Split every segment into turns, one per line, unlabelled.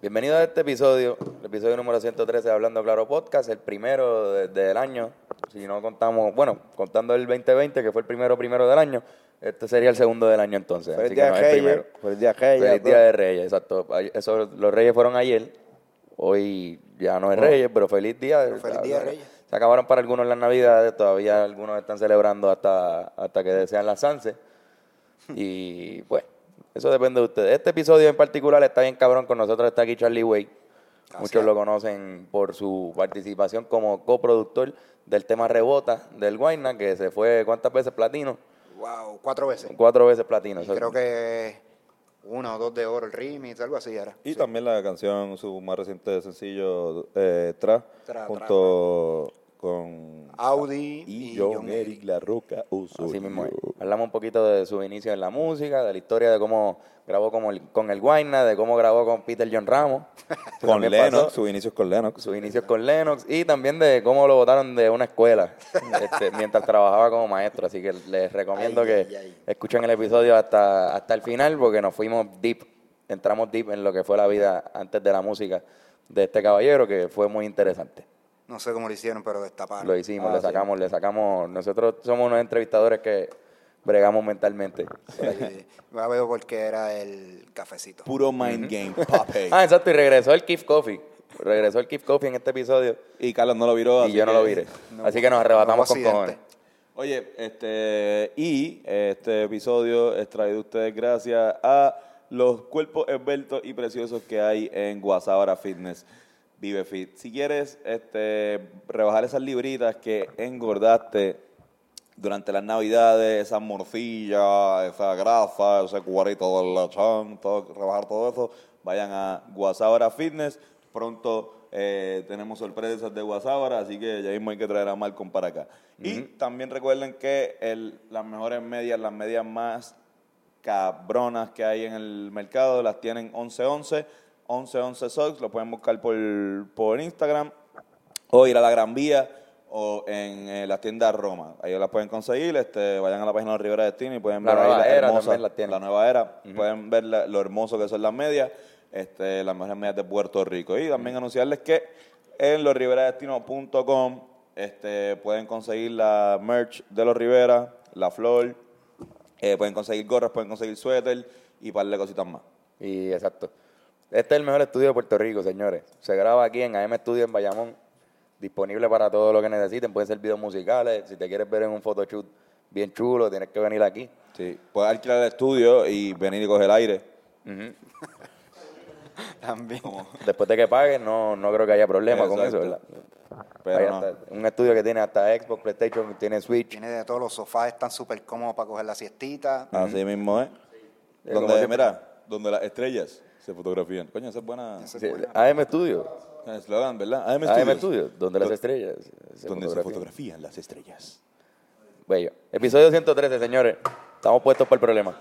Bienvenido a este episodio, el episodio número 113 de Hablando Claro Podcast, el primero de- del año. Si no contamos, bueno, contando el 2020, que fue el primero primero del año, este sería el segundo del año entonces.
Feliz
así que
día,
no es el
Reyes.
primero.
Feliz día, Reyes.
Feliz
bro.
Día pues. de Reyes, exacto. Ay- Eso, los Reyes fueron ayer, hoy ya no es Reyes, pero feliz día.
feliz Día de Reyes.
Se acabaron para algunos las Navidades, todavía algunos están celebrando hasta, hasta que desean las Sanse.
Hmm.
Y pues, eso depende de ustedes. Este episodio en particular está bien cabrón, con nosotros está aquí Charlie Way. Muchos lo conocen por su participación como coproductor del tema Rebota del Guayna, que se fue, ¿cuántas veces platino?
Wow, cuatro veces.
Cuatro veces platino.
Y
Eso-
creo que una o dos de oro el remix, algo así era.
Y también la canción, su más reciente sencillo, eh, Tra,
Tra,
junto con
Audi
y John Eric La Roca Osorio.
Así mismo es. Hablamos un poquito de su inicio en la música, de la historia de cómo grabó con el, con el Guayna, de cómo grabó con Peter John Ramos. que
Con
también
Lennox,
pasó,
sus inicios con Lennox.
sus inicios con Lennox y también de cómo lo votaron de una escuela este, mientras trabajaba como maestro. Así que les recomiendo
Ay,
que
ay, ay.
escuchen el episodio hasta, hasta el final porque nos fuimos deep, entramos deep en lo que fue la vida antes de la música de este caballero que fue muy interesante.
No sé cómo lo hicieron, pero destaparon.
Lo hicimos,
Ah,
le
sí.
sacamos, le sacamos. Nosotros somos unos entrevistadores que bregamos mentalmente.
Sí, Ya veo por qué era el cafecito.
Puro mind game, papi.
Ah, exacto, y regresó el Keith Coffee. Regresó el Keith Coffee en este episodio
Y Carlos no lo viró.
y
así
yo no lo
que-
viré.
No,
así que nos arrebatamos
no
con
hubo
cojones.
accidente.
Oye, este y este episodio es traído a ustedes gracias a los cuerpos esbeltos y preciosos que hay en Guasabara Fitness. Vive Fit. Si quieres este, rebajar esas libritas que engordaste durante las navidades, esas morcillas, esa grasa, ese cuarito del lachón, todo, rebajar todo eso, vayan a Guasabara Fitness. Pronto eh, tenemos sorpresas de Guasabara, así que ya mismo hay que traer a Malcolm para acá. Y también recuerden que el- las mejores medias, las medias más cabronas que hay en el mercado, las tienen 1111, 1111 Socks, lo pueden buscar por, por Instagram o ir a la Gran Vía o en eh, las tiendas Roma. Ahí las pueden conseguir, este, vayan a la página de Rivera Destino y pueden
La
ver ahí
Nueva
las
Era
hermosas-
también las tienen.
la nueva era, pueden ver la- lo hermoso que son las medias, este, las mejores medias de Puerto Rico. Y también anunciarles que en losriveradestino.com este, pueden conseguir la merch de los Rivera, la flor, eh, pueden conseguir gorras, pueden conseguir suéter y par de cositas más.
Y exacto. Este es el mejor estudio de Puerto Rico, señores. Se graba aquí en AM Studio en Bayamón. Disponible para todo lo que necesiten. Pueden ser videos musicales. Si te quieres ver en un photoshoot bien chulo, tienes que venir aquí.
Sí. Pueden alquilar el estudio y venir y coger aire.
También.
Después de que paguen, no, no creo que haya problema con eso,
Exacto.
¿verdad? Ahí
Pero no.
está. Un estudio que tiene hasta Xbox, PlayStation, tiene Switch.
Tiene de todos los sofás, están súper cómodos para coger la siestita.
Así mismo es.
Eh, como
Donde,
siempre.
mira, donde las estrellas se fotografían. Coño, esa es buena.
Ese-
Sí, AM Studio.
El eslogan, ¿verdad? AM
AM
Studios.
Studios, donde las
Do-
estrellas. se
donde se
fotografían.
fotografían las estrellas.
Bello. Episodio 113, señores. Estamos puestos para el problema.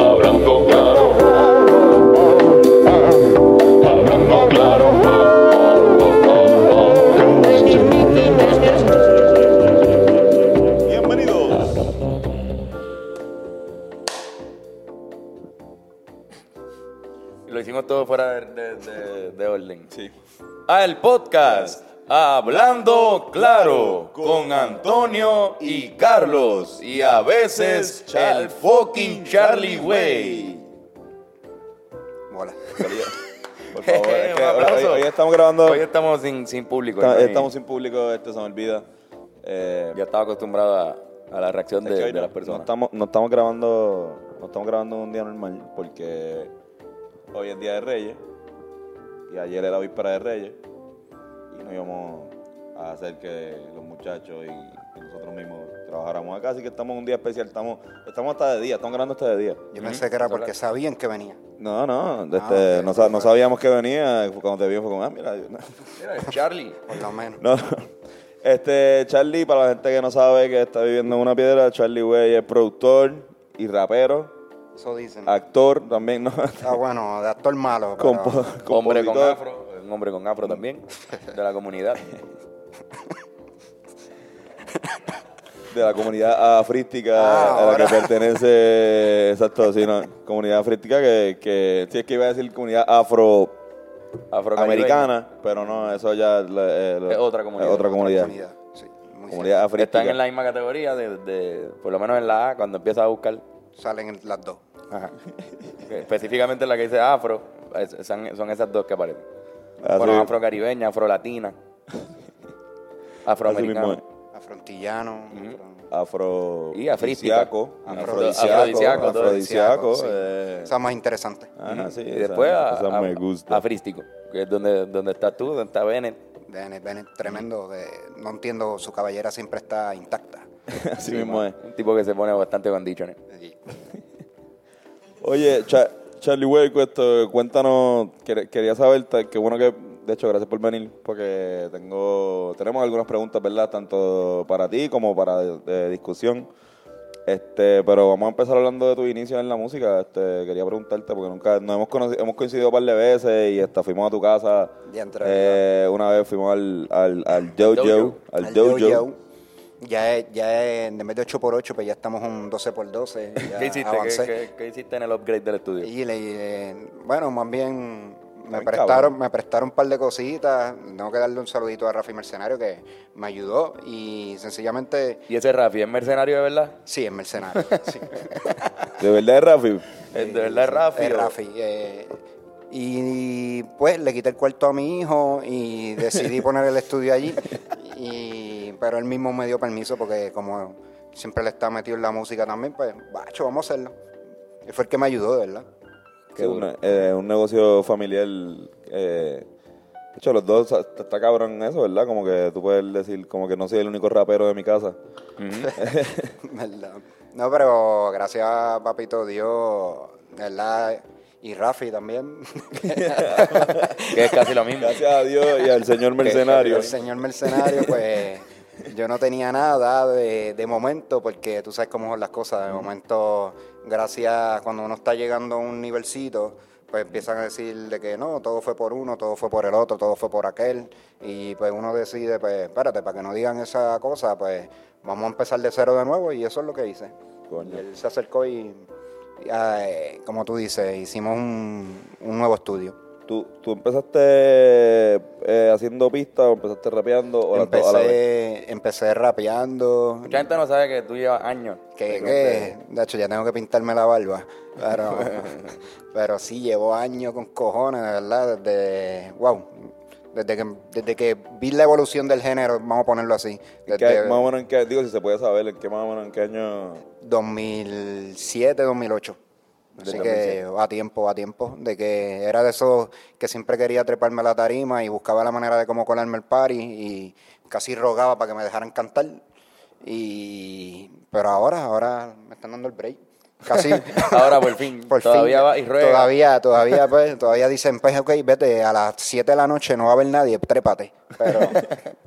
Hablando claro. Hablando claro. Hablando claro.
Bienvenidos.
Lo hicimos todo fuera de, de- de- de orden.
Sí.
Al podcast Hablando Claro con Antonio y Carlos y a veces el fucking Charlie Way.
Bola.
Por favor, es que
Un
hoy,
aplauso.
hoy estamos grabando.
Hoy estamos sin, sin público.
esta-
¿no? Y
estamos sin público, este se me olvida. Eh,
Ya estaba acostumbrado a, a la reacción
es
de,
que hoy
de
no,
las
no
personas.
estamos, no estamos grabando. No estamos grabando un día normal porque hoy es día de Reyes. Y ayer era víspera de Reyes. Y no íbamos a hacer que los muchachos y, y nosotros mismos trabajáramos acá. Así que estamos un día especial. Estamos, estamos hasta de día, estamos grabando hasta de día.
Yo pensé que era porque sabían que venía.
No,
Ah,
no, este,
ok,
no, sa- no sabíamos que venía. Cuando te vimos fue como, ah, mira. yo- No,
Mira, el Charlie.
Por lo menos.
no. Este, Charlie, para la gente que no sabe que está viviendo en una piedra, Charlie Way es productor y rapero,
Eso dicen. Ah,
actor también, ¿no?
bueno, de actor malo. pero-
Compo-
Hombre con
compositor.
afro. eh. Un hombre con afro también. De la comunidad.
de la comunidad afrística
Ah,
a la que
ahora.
pertenece, exacto, sí, no, comunidad afrística que, que, sí, es que iba a decir comunidad afroamericana, pero no, eso ya la- eh, la-
Es otra comunidad.
es otra comunidad.
Comunidad, sí, muy
Comunidad
cierto.
afrística.
Están en la misma categoría, de, de- por lo menos en la A, cuando empiezas a buscar.
Salen las dos.
Ajá. Específicamente la que dice afro, es- son, son esas dos que aparecen.
Así-
Bueno, afrocaribeña, afrolatina,
así mismo
afroamericana.
es.
Afrontillano. afro-
afro
Y afrística.
afrodisíaco,
Afro-
afrodisíaco,
afrodisíaco, todo.
afrodisíaco,
sí.
eh,
Esa es más interesante.
ajá, Ah, sí,
y
esa-
después a,
esa
a-
me gusta.
afrístico, que es donde, donde estás tú, donde está Bennett.
Bennett, Bennett, tremendo. de- no entiendo, su cabellera siempre está intacta.
Así mismo es.
Un tipo que se pone bastante conditioner.
Y-
Oye, Cha- Charlie Huelco, esto, cuéntanos, quer- quería saber, ta- qué bueno que, de hecho, gracias por venir, porque tengo, tenemos algunas preguntas, ¿verdad? Tanto para ti como para eh, discusión. Este, pero vamos a empezar hablando de tu inicio en la música. Este, quería preguntarte, porque nunca, nos hemos conocido, hemos coincidido un par de veces y hasta fuimos a tu casa.
Diantre,
Eh, una vez fuimos al, al, al Jojo,
Dojo.
al
al
Jojo.
dojo. Ya es, ya es, en vez de 8x8, pues ya estamos un 12x12. ya
¿Qué hiciste? ¿Qué,
avancé.
qué- qué hiciste en el upgrade del estudio?
Y le, eh, bueno, más bien me
Ay,
prestaron,
cabrón.
me prestaron un par de cositas. Tengo que darle un saludito a Rafi Mercenario que me ayudó y sencillamente,
¿Y ese Rafi es mercenario de verdad?
sí, es mercenario. sí.
De verdad, Rafi.
¿Es de verdad Rafi?
Es
o-
Rafi. eh, y, pues le quité el cuarto a mi hijo y decidí poner el estudio allí. Y, pero él mismo me dio permiso porque como siempre le está metido en la música también, pues, bacho, vamos a hacerlo. Y fue el que me ayudó, de verdad.
Qué
Sí,
duro.
un, eh, un negocio familiar. eh, de hecho, los dos está, está cabrón eso, ¿verdad? Como que tú puedes decir, como que no soy el único rapero de mi casa.
¿Verdad? No, pero gracias a Papito Dios, ¿verdad? Y Rafi también.
Que es casi lo mismo.
Gracias a Dios y al señor mercenario.
El señor mercenario, pues yo no tenía nada de, de momento, porque tú sabes cómo son las cosas. De momento, gracias cuando uno está llegando a un nivelcito, pues empiezan a decir de que no, todo fue por uno, todo fue por el otro, todo fue por aquel. Y pues uno decide, pues espérate, para que no digan esa cosa, pues vamos a empezar de cero de nuevo y eso es lo que hice.
Coño.
Y él se acercó y, y, ay, como tú dices, hicimos un, un nuevo estudio.
¿Tú, tú empezaste eh, haciendo pistas o empezaste rapeando? O las dos a la vez?
Empecé, empecé rapeando.
Mucha gente no sabe que tú llevas años.
Que,
de
que, de hecho, ya tengo que pintarme la barba. Pero, pero sí, llevo años con cojones, de verdad. Desde, wow, desde que, desde que vi la evolución del género, vamos a ponerlo así.
¿En qué-
Desde
más o menos en qué, digo, si se puede saber, ¿en qué más o menos en qué año?
2007, 2008. Así
Desde
que a tiempo, a tiempo. De que era de esos que siempre quería treparme a la tarima y buscaba la manera de cómo colarme el party y casi rogaba para que me dejaran cantar. Y pero ahora, ahora me están dando el break. Casi.
Ahora por fin.
Por
todavía
fin.
va y ruega.
Todavía, todavía, pues, todavía dicen, pues, ok, vete, a las 7 de la noche no va a haber nadie, trépate. Pero,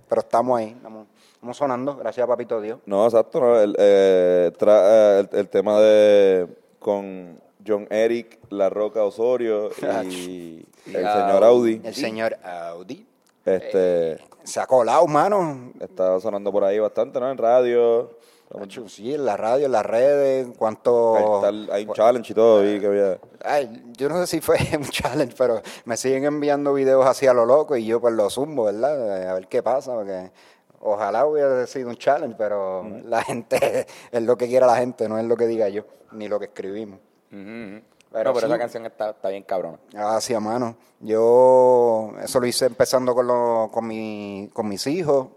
pero estamos ahí, estamos, estamos sonando, gracias a papito Dios.
No, exacto, no, El, eh, tra- eh, el, el tema de con John Eric, La Roca Osorio y el
Ya.
señor Audi.
El señor Audi
Este,
se ha colado, mano.
está sonando por ahí bastante, ¿no? En radio.
Macho, Sí, en la radio, en las redes, en cuanto...
Tal- hay un
pues,
challenge y todo, vi que había.
Ay, yo no sé si fue un challenge, pero me siguen enviando videos así a lo loco y yo pues lo zumbo, ¿verdad? Eh, A ver qué pasa, porque ojalá hubiera sido un challenge, pero la gente es lo que quiera la gente, no es lo que diga yo, ni lo que escribimos.
Ujú, ujú.
Pero
no, pero
sí.
esa canción está, está bien cabrona.
Gracias, mano. Yo eso lo hice empezando con, lo- con, mi- con mis hijos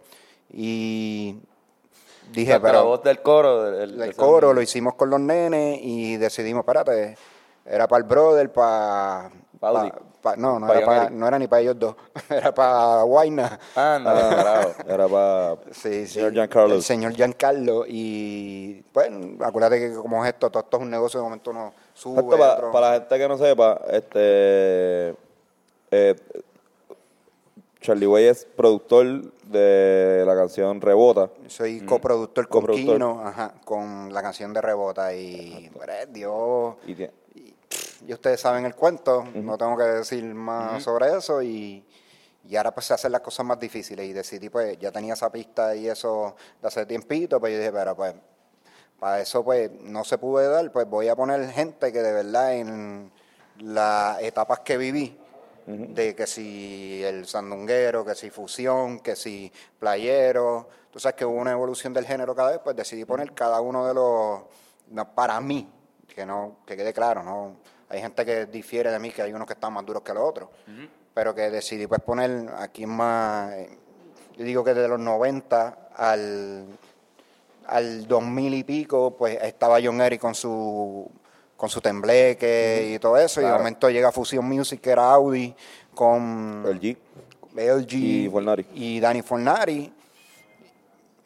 y dije,
Hasta la
pero...
voz del coro. del-
el
del-
coro lo hicimos con los nenes y decidimos, espérate, era para el brother, para...
Pa' Audi.
no, no,
Pa'
era
John
pa-
Eric.
no era ni para ellos dos, era para Guayna.
Anda,
Ah,
carajo.
era para.
Sí, sí.
Señor Giancarlo.
El señor Giancarlo. Y, bueno, acuérdate que como es esto, todo esto es un negocio, de momento uno sube,
para,
otro-
la gente que no sepa, este. eh, Charlie Way es productor de la canción Rebota.
Soy coproductor con
Coproductor.
Kino, ajá, con la canción de Rebota y, pues, Dios...
Y tiene-
y ustedes saben el cuento, no tengo que decir más sobre eso y, y Y ahora pues se hacen las cosas más difíciles y decidí pues, ya tenía esa pista y eso de hace tiempito, pues yo dije, pero pues para eso pues no se pude dar, pues voy a poner gente que de verdad en las etapas que viví, de que si el sandunguero, que si fusión, que si playero, tú sabes que hubo una evolución del género cada vez, pues decidí poner cada uno de los, no, para mí, que no, que quede claro, no, hay gente que difiere de mí, que hay unos que están más duros que los otros, pero que decidí pues poner aquí más, eh, yo digo que de los 90 al al 2000 y pico, pues estaba John Eric con su con su tembleque y todo eso, y de
Claro.
momento llega Fusion Music, que era Audi, con
El G.
Eh, LG
Y Fornari.
y Dani Fornari,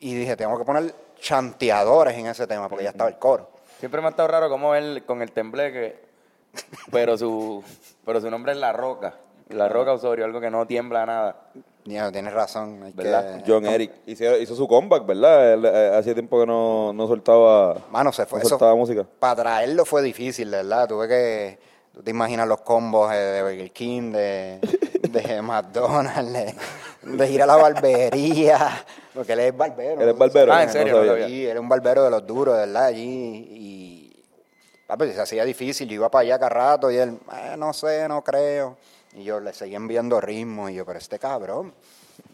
y dije, tengo que poner chanteadores en ese tema, porque ya estaba el coro.
Siempre me ha estado raro cómo él con el tembleque, pero su, pero su nombre es La Roca. La Roca Osorio, algo que no tiembla nada.
Ya, tienes razón, hay
¿Verdad?
que-
John Eric. Hizo, hizo su comeback, ¿verdad? Él, eh, hacía tiempo que no, no soltaba.
Mano, se fue.
no
Eso,
soltaba música.
Para traerlo fue difícil, ¿verdad? Tuve que. Tú te imaginas los combos eh, de Burger King, de, de McDonald's, de, de ir a la barbería. Porque él es barbero.
Él es barbero,
Ah, ¿en no serio? sabía. No sabía.
Sí, él es un barbero de los duros, ¿verdad? Allí. Y. ah, pues, se hacía difícil. Yo iba para allá cada rato y él, "Eh, no sé, no creo. Y yo le seguía enviando ritmos. Y yo, pero este cabrón.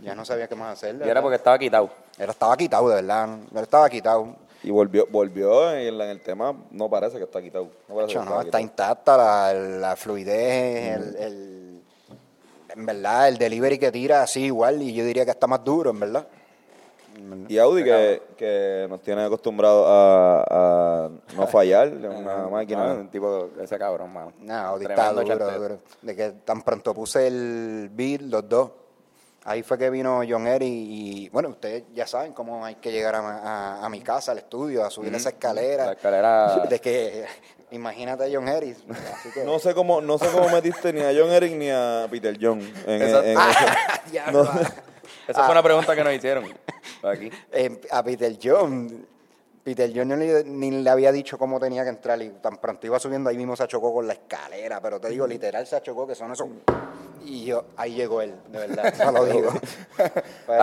Ya no sabía qué más hacerle.
Y era porque estaba quitado.
Él estaba quitado, de verdad. Él estaba quitado.
Y volvió, volvió en, la- en el tema. No parece que está quitado. No parece
Chacho,
que
no,
está
está
quitado.
intacta la, la fluidez, el, el- en verdad, el delivery que tira así igual, y yo diría que está más duro, en verdad.
Y Audi, que, que nos tiene acostumbrados a, a no fallar. en una
Ah,
máquina.
un tipo, ese cabrón, mano.
No, Audi está
Tremendo
duro,
chanteo.
duro. De que tan pronto puse el beat, los dos, ahí fue que vino John Eri y, bueno, ustedes ya saben cómo hay que llegar a, ma- a- a mi casa, al estudio, a subir esa escalera.
La escalera-
De que, imagínate a John Eri. así que-
No sé cómo, no sé cómo metiste ni a John Eric ni a Peter John. En,
Exacto.
en-
Ya,
no.
Esa
Ah.
fue una pregunta que nos hicieron. Aquí.
Eh, a Peter John. Peter John no le- ni le había dicho cómo tenía que entrar y tan pronto iba subiendo ahí mismo se chocó con la escalera, pero te digo, literal se chocó que son esos... Y yo, ahí llegó él, de verdad, no lo digo. Pero-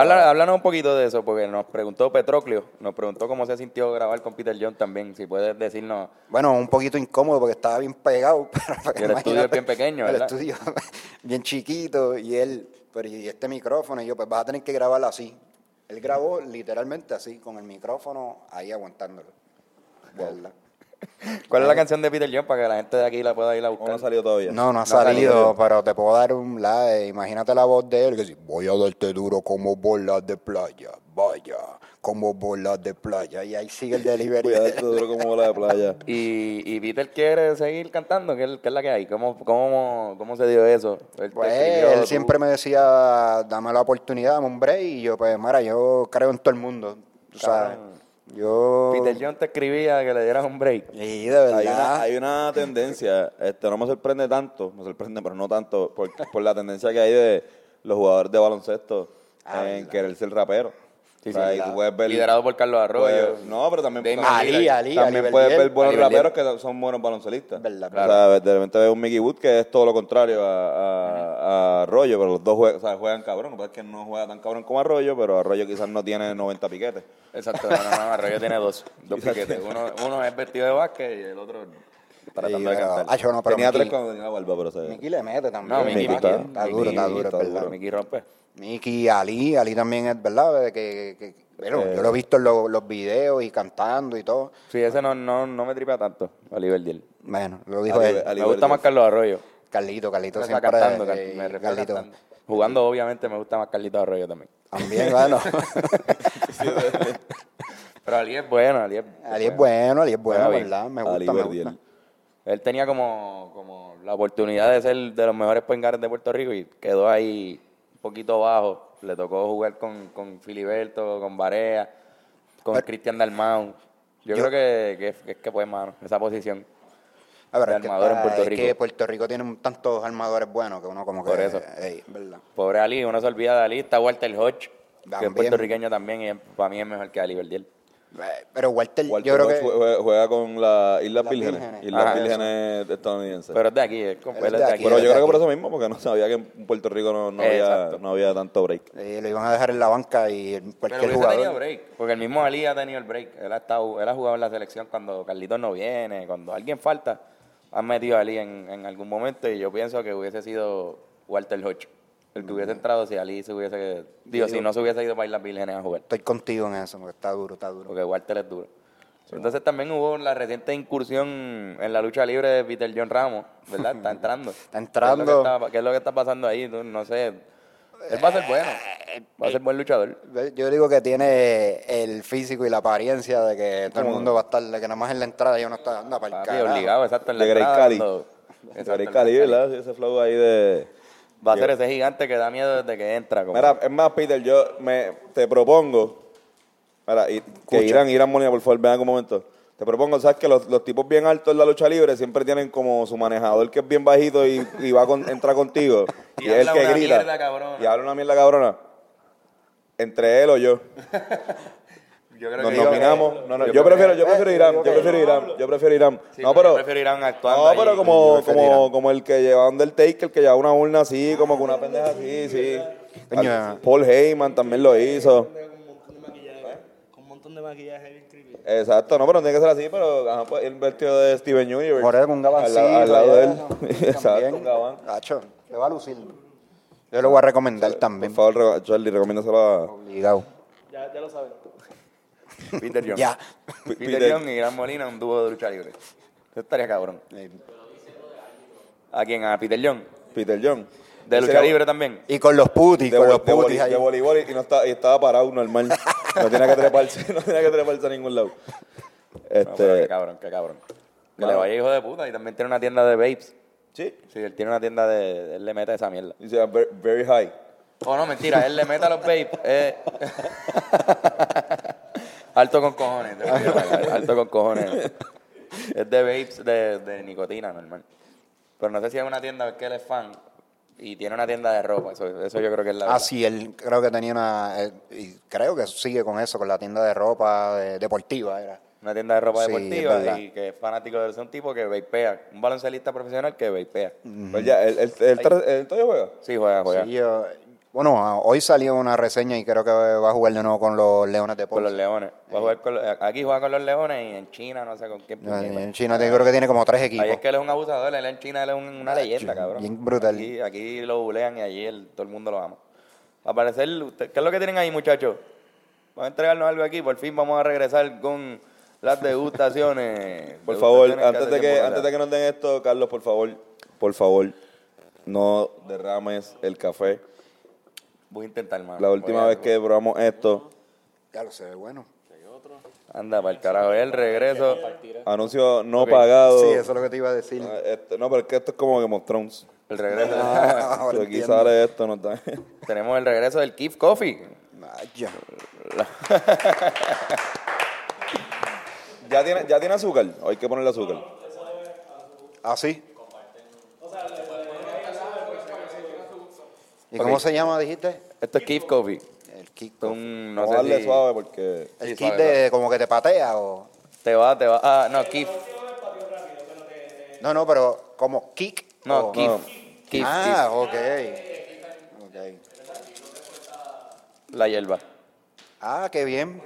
Habla, háblanos un poquito de eso, porque nos preguntó Petroclio, nos preguntó cómo se sintió grabar con Peter John también, si puedes decirnos.
Bueno, un poquito incómodo porque estaba bien pegado. Pero
Y el estudio es bien
imagínate,
pequeño,
El
¿verdad?
estudio bien chiquito y él, pero y este micrófono, y yo, pues vas a tener que grabarlo así. Él grabó literalmente así, con el micrófono ahí aguantándolo. De verdad.
¿Cuál
Eh.
es la canción de Peter John para que la gente de aquí la pueda ir a
¿O
buscar?
no ha salido todavía?
No, no ha
No ha salido.
salido, pero te puedo dar un like. Imagínate la voz de él que dice, voy a darte duro como bolas de playa, vaya, como bolas de playa. Y ahí sigue el delivery.
Voy a darte duro como bola de playa.
Y, y Peter quiere seguir cantando, que es, que es la que hay. ¿Cómo, cómo, cómo se dio eso? Él te
Pues
escribió,
él
tú-
siempre me decía, dame la oportunidad, dame un break. Y yo, pues, mira, yo creo en todo el mundo. O sea, yo...
Peter John te escribía que le dieras un break.
Y de verdad.
Hay una, hay una tendencia, este, no me sorprende tanto, me sorprende, pero no tanto, por, por la tendencia que hay de los jugadores de baloncesto en querer ser rapero.
Sí,
O sea,
sí,
y
claro.
tú puedes ver-
Liderado por Carlos Arroyo.
Pues,
puedes- no, pero también,
Damon
también-
Ali, Ali,
también
Ali
puedes ver
Verdiel.
buenos
Ali Verdiel.
raperos que son buenos baloncelistas.
Verdad,
O sea, de repente ves un Mickey Wood que es todo lo contrario a, a- a Arroyo, pero los dos juegan, o sea, juegan cabrón. Lo que pasa es que no juega tan cabrón como Arroyo, pero Arroyo quizás no tiene 90 piquetes.
Exacto, no, no, no, Arroyo tiene dos, dos piquetes. Uno, uno es vestido de básquet y el otro
Sí,
tratando de
pero-
cantar.
Ah, yo no, pero
tenía
Mickey-
tres cuando tenía la barba, pero o sea,
Mickey le mete también.
No, Mickey,
Mickey
Mickey,
está-
está duro, está duro, es
está
verdad.
duro.
Mickey rompe.
Mickey, Ali, Ali también es verdad, de que, que- que- bueno, yo lo he visto en lo- los videos y cantando y todo.
Sí, ese no, no, no me tripea tanto, Oliver Diel.
Bueno, lo dijo
Ali-
él.
Ali-
Me gusta más Carlos Arroyo.
Carlito, Carlito
Está
siempre.
cantando,
eh,
Car- me refiero a
Carlito.
cantando. Jugando, obviamente, me gusta más Carlito Arroyo también.
También, bueno.
Pero Ali es bueno, Ali es,
Ali es bueno, Ali es bueno,
Juega bien.
¿verdad? Me
Ali
gusta, me
Verdiel.
gusta.
Él tenía como, como la oportunidad de ser de los mejores pengares de Puerto Rico y quedó ahí un poquito bajo. Le tocó jugar con, con Filiberto, con Barea, con
Pero-
Cristian Dalmau. Yo,
Yo-
creo que, que, es- que es que pues, mano, esa posición.
A ver,
de
es que,
armador en
está-
Puerto
es que
Rico.
Puerto Rico tiene un- tantos armadores buenos que uno como que...
Por eso.
ey, ¿verdad?
Pobre Ali, uno se olvida de Ali, está Walter Hodge, que es
También.
puertorriqueño también y es- para mí es mejor que Ali Verdiel.
Eh, Pero Walter,
Walter
yo creo
White
que...
jue- jue- juega con las Islas
Las
Vírgenes.
Vírgenes.
Islas
Ajá,
Vírgenes estadounidenses.
Pero es de aquí, es
Él es
completo
de
de
aquí,
aquí.
Pero
es
yo
de
creo que por
aquí.
eso mismo, porque no sabía que en Puerto Rico no, no había,
Exacto.
no había tanto break.
eh, lo iban a dejar en la banca y
Pero
cualquier
hubiese tenido
jugador...
break. Porque el mismo Ali ha tenido el break. Él ha, estado, él ha jugado en la selección cuando Carlitos no viene, cuando alguien falta. Han metido a Ali en, en algún momento y yo pienso que hubiese sido Walter Hocho. El que
Mm.
hubiese entrado si Ali se hubiese. Digo, si no se hubiese ido para Islas Vírgenes a jugar.
Estoy contigo en eso, porque está duro, está duro.
Porque Walter es duro. Entonces también hubo la reciente incursión en la lucha libre de Peter John Ramos, ¿verdad? Está entrando.
Está
¿Qué
entrando.
es lo que está, qué es lo que está pasando ahí? No- No sé. Él va a ser bueno. Va a ser buen luchador.
Ve, Yo digo que tiene el físico y la apariencia de que todo el mundo va a estar, de que nada más en la entrada ya no está anda para el
Papi,
carajo.
obligado, exacto. En la
De Grey
entrada,
Cali.
cuando-
De
exacto, en
Grey
la
Cali,
entrada.
¿verdad? Ese flow ahí de...
Va a ser ese gigante que da miedo desde que entra. como-
Mira, es más, Peter, yo me, te propongo. Mira, y, que
Escucha.
Irán, Irán Molina, por favor, ven acá un momento. Te propongo, ¿sabes que los, los tipos bien altos en la lucha libre siempre tienen como su manejador que es bien bajito y, y va con, entra contigo?
Y
es el
habla
que
una
grita.
mierda cabrona.
Y habla una mierda cabrona. Entre él o yo.
yo creo
Nos
que yo-
nominamos. No, no, yo,
creo
prefiero,
que-
yo prefiero Irán, yo prefiero Irán, yo prefiero Irán.
Sí,
No,
pero yo
pero.
prefiero Irán actuando.
No,
ahí.
pero
Yo
como,
prefiero
como,
Irán.
como el que llevaba Undertaker, que llevaba una urna así, como con una pendeja así, sí.
Coño.
Paul Heyman también lo hizo. ¿Eh?
Con un montón de maquillaje. Con un montón de maquillaje bien creepy.
Exacto, no, pero no tiene que ser así, pero ajá, pues, el vestido de Steven Universe.
Por él, con un
Al
gabancito.
lado- Al, lado de él.
ya,
Exacto,
también.
un gabán.
Tacho, le va a lucir. Yo lo voy a recomendar
Por
también.
favor, re- Charlie, recomiéndaselo a
Obligado.
Ya, ya lo saben.
Peter Young.
Ya.
P-
Peter Young y Gran Molina, un dúo de lucha libre. Eso estaría cabrón. ¿A quién? ¿A Peter Young?
Peter John.
¿De lucha libre también?
Y con los putis,
De,
con
vo-
los
de voli-
putis ahí.
de voleibol y, no está, y estaba parado normal. No tiene que treparse, no tiene que treparse a ningún lado.
No, pero qué
Este,
cabrón, qué cabrón. Que
Mano.
le vaya hijo de puta y también tiene una tienda de vapes.
sí,
Sí, él tiene una tienda de... Él le mete esa mierda.
dice "Ver- very high.
Oh, no, mentira, él le mete a los vapes. eh. Alto con cojones. te voy a pagar, Alto con cojones. Es de vapes de, de nicotina, normal. Pero no sé si es una tienda que él es fan y tiene una tienda de ropa. Eso, eso yo creo que es la
Ah, sí, él creo que tenía una... él- y creo que sigue con eso, con la tienda de ropa de- deportiva. era.
Una tienda de ropa
Sí, es
deportiva
verdad.
y que es fanático de es un tipo que vapea. Un baloncelista profesional que vapea.
Pues ya, él, él, él, tra- él todavía juega.
Sí, juega, juega.
Sí, yo- bueno, ah, hoy salió una reseña y creo que va a jugar de nuevo con los Leones de
con los
Ponce.
leones. Va a jugar con los- aquí juega con los leones y en China no sé con quién.
No,
puñeta.
En China te- creo que tiene como tres equipos.
pues
Ahí es que él es un abusador, él en China él es un- una leyenda, cabrón.
bien brutal.
Aquí, aquí lo bulean y allí el- todo el mundo lo ama. Al parecer, usted- ¿qué es lo que tienen ahí, muchachos? Van a entregarnos algo aquí, por fin vamos a regresar con las degustaciones.
Por favor,
Degustaciones
antes
hace
de, que,
tiempo no
antes
se
de que nos den esto, Carlos, por favor, por favor, no derrames el café.
hacen. Voy a intentar, mano.
La última
Ah, Voy a-
vez que probamos esto,
Ya lo se ve bueno.
Anda, para el carajo, el regreso.
anuncio no
Oh.
pagado.
Sí, eso es lo que te iba a decir.
Ah, esto- no, pero es que esto es como Game of Thrones.
El regreso.
Ahora
Si aquí
Ah, entiendo.
sale esto, no está.
Tenemos el regreso del Keef Coffee.
Vaya.
ya, tiene, ya tiene azúcar, hay que ponerle azúcar.
¿Ah, sí? ¿Y cómo se llama, dijiste?
Esto es Keef Coffee.
El kick.
Un, no
No
sé
darle
si-
suave porque.
El
sí,
kick
sabe,
de como que te patea o...
Te va, te va. Ah, no, Keef.
No, no, pero como kick.
No,
Oh,
o-
Keef. Keef,
Ah, ok. Ok.
Keef, La hierba.
Ah, qué bien.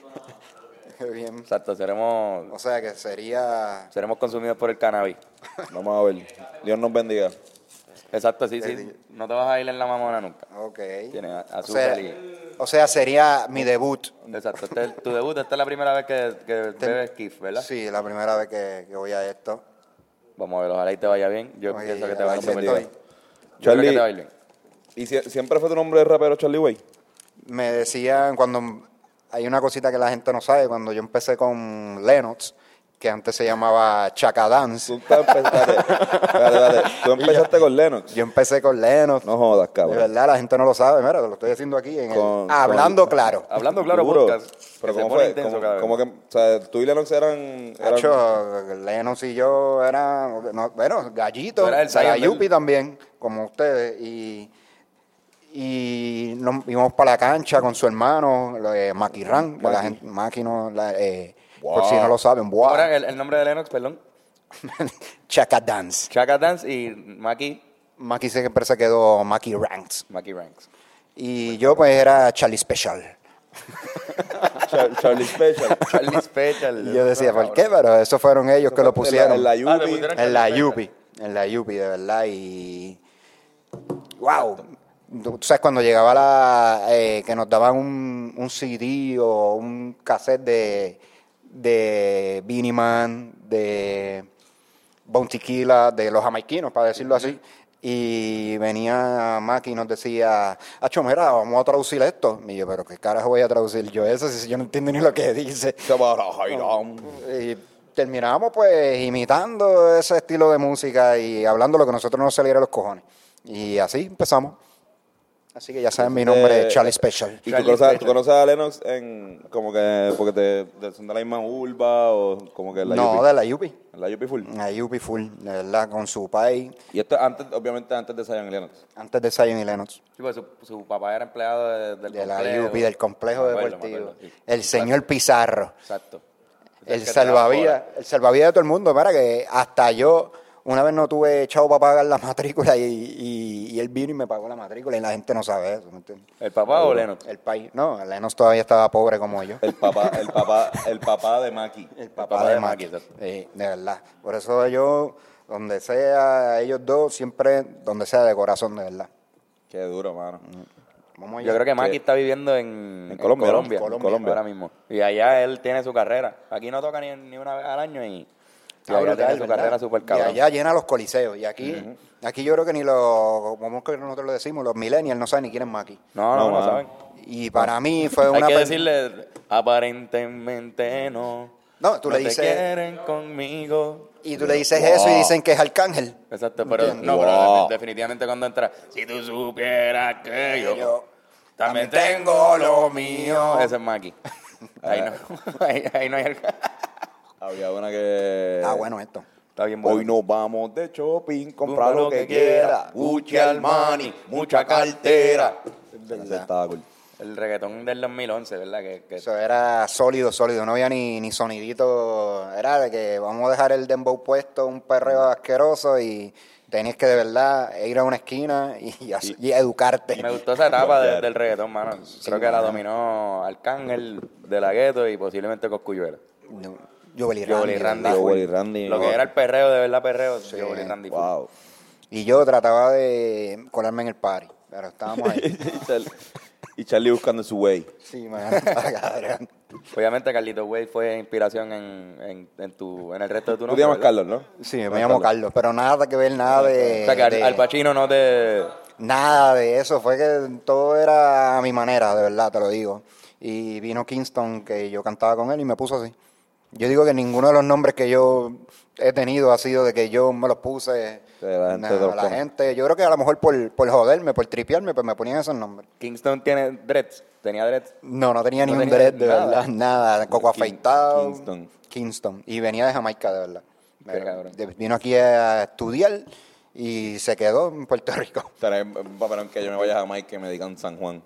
qué bien.
Exacto, seremos,
O sea que sería...
seremos consumidos por el cannabis.
Vamos a ver. Dios nos bendiga.
Exacto, sí, sí. No te vas a ir en la mamona nunca.
Ok.
Tiene a-
o, sea,
azúcar y... Oh.
o sea, sería mi debut.
Exacto, este es tu debut, esta es la primera vez que, que bebes kiff, ¿verdad?
Sí, la primera vez que, que voy a esto.
Vamos a ver, ojalá y te vaya bien. Yo
Oye,
pienso que te
ahí
va a ir
estoy.
súper bien. Yo creo
Charlie-
que te va a ir bien.
¿Y sie- siempre fue tu nombre de rapero Charlie Way?
Me decían cuando... Hay una cosita que la gente no sabe. Cuando yo empecé con Lennox, que antes se llamaba Chaka Dance,
Tú, estás empe- espérate, espérate, espérate. Tú empezaste con Lennox.
yo empecé con Lennox.
No jodas,
de
cabrón.
verdad, la gente no lo sabe. Mira, lo estoy haciendo aquí. en el-
Con-
hablando claro.
Hablando claro,
Duro.
podcast.
Pero
que se
¿cómo
pone
fue?
intenso
¿Cómo-
cada vez.
cómo que, o sea, tú y Lennox eran... eran-
Hacho, Lennox y yo eran, no, bueno, Gallito,
Tú eras el Zion
Sayayupi
del-
también, como ustedes, y, y y nos íbamos para la cancha con su hermano, lo de Maki Ran, la gente, Maki no, la- eh, por si no lo saben, wow.
Ahora el, el nombre de Lennox, perdón.
Chaka Dance.
Chaka Dance y Maki,
Maki siempre se quedó Maki Ranks.
Maki Ranks.
Y yo pues era Charlie Special.
Char- Charlie Special.
Charlie Special.
Y yo decía, ¿por qué? Pero esos fueron ellos que lo pusieron.
En la, en la
Ah, le
Yupi.
pusieron-
En la Yupi. En la Yupi, de verdad. Y. ¡Wow! Tú sabes, cuando llegaba la. eh, que nos daban un, un CD o un cassette de. de Beanie Man, de. Bontiquila, de los jamaiquinos, para decirlo así. Y venía Maki y nos decía, Acho, mira, vamos a traducir esto. Y yo, pero ¿qué carajo voy a traducir yo eso si yo no entiendo ni lo que dice? Y terminamos pues imitando ese estilo de música y hablando lo que a nosotros nos saliera de los cojones. Y así empezamos. Así que ya saben, mi nombre
Eh,
es Charlie Special.
¿Y tú
Charlie
conoces,
Special.
tú conoces a Lennox en, como que porque te, te- son de la misma urba o como que en la
No,
Yupi?
de la Yupi.
En la Yupi full.
La Yupi full, de verdad, con su pai,
Y esto antes, obviamente antes de Zion y Lennox.
antes de Zion y Lennox.
Sí, pues, su, su papá era empleado de- del
De la
complejo.
Yupi, del complejo
Me acuerdo, me
deportivo.
acuerdo, sí.
El señor Pizarro.
Exacto. Es
Eh, El
que te
salvavidas,
da
el salvavidas de todo el mundo, para que hasta yo una vez no tuve echado para pagar la matrícula y, y- y él vino y me pagó la matrícula y la gente no sabe eso, ¿me entiendes?
bola. ¿El papá o Lennox?
El país, no, Lennox todavía estaba pobre como yo.
El papá, el papá, el papá de Maki.
El papá, de Maki. Sí, de verdad. Por eso yo, donde sea, ellos dos, siempre, donde sea, de corazón, de verdad.
Qué duro, mano.
Vamos
Yo creo que Maki
Sí.
está viviendo en,
En Colombia, ¿no?
Colombia,
En Colombia.
ahora mismo. Y allá él tiene su carrera. Aquí no toca ni, ni una vez al año y, y
Está
ahora
brutal,
tiene su
¿verdad?
carrera súper
Y
cabrón.
allá llena los coliseos. Y aquí, aquí yo creo que ni los, como es que nosotros lo decimos, los millennials no saben ni quién es Maki.
No, no,
No,
no,
mano.
saben.
Y para mí fue una...
Hay que
per-
decirle, aparentemente no.
No, tú le
te
dices-
quieren conmigo.
Y tú le dices eso y dicen que es Arcángel.
Exacto, pero,
¿Entiendes?
no, pero
Wow.
de- definitivamente cuando entra, si tú supieras que yo,
Yo
también
también
tengo
tengo
lo
lo
mío. Ese es Maki. Ahí no, ahí, ahí no hay algo.
Había una que.
Está Ah, bueno esto.
Está bien bueno.
Hoy nos vamos de shopping, comprar
Compra
lo que quiera. Gucci, Armani, mucha cartera. Ese estaba cool.
El reggaetón del 2011, ¿verdad? Que, que-
Eso era sólido, sólido. No había ni, ni sonidito. Era de que vamos a dejar el dembow puesto, un perreo asqueroso y tenías que de verdad ir a una esquina y, y as- y educarte.
me gustó esa etapa de-
Claro.
del reggaetón, mano. Creo que la dominó Arcángel, De La Ghetto y posiblemente Coscuyuela.
No, Yubel y
Yobel y
Randy,
Randy.
¿verdad?
Yobel y Randy,
Lo que
no.
era el perreo, de verdad perreo, Yobel y Randy. full.
Wow.
Y yo trataba de colarme en el party, pero estábamos ahí.
y, Charlie, y Charlie buscando su way.
sí, man,
Ah,
está cabrón.
Obviamente Carlito Way fue inspiración en, en, en tu, en el resto de tu
Tú
nombre.
te llamas
¿verdad?
Carlos, ¿no?
Sí, me llamo Carlos, pero nada que ver, nada de...
Ah, O sea que Al,
de-
Al Pacino no te...
Nada de eso, fue que todo era a mi manera, de verdad, te lo digo. Y vino Kingston, que yo cantaba con él, y me puso así. Yo digo que ninguno de los nombres que yo he tenido ha sido de que yo me los puse.
Sí, la gente te los
la
pone.
gente- yo creo que a lo mejor por, por joderme, por tripearme, pues me ponían esos nombres.
Kingston tiene dreads, tenía dreads.
No, no tenía
No
ni un
tenía
dread, de
nada.
verdad, nada. Coco
King-
afeitado.
Kingston.
Kingston. Y venía de Jamaica, de verdad. Pero
cabrón.
de- vino aquí a estudiar y se quedó en Puerto Rico.
Estaré para que yo me vaya a Jamaica y me digan San Juan.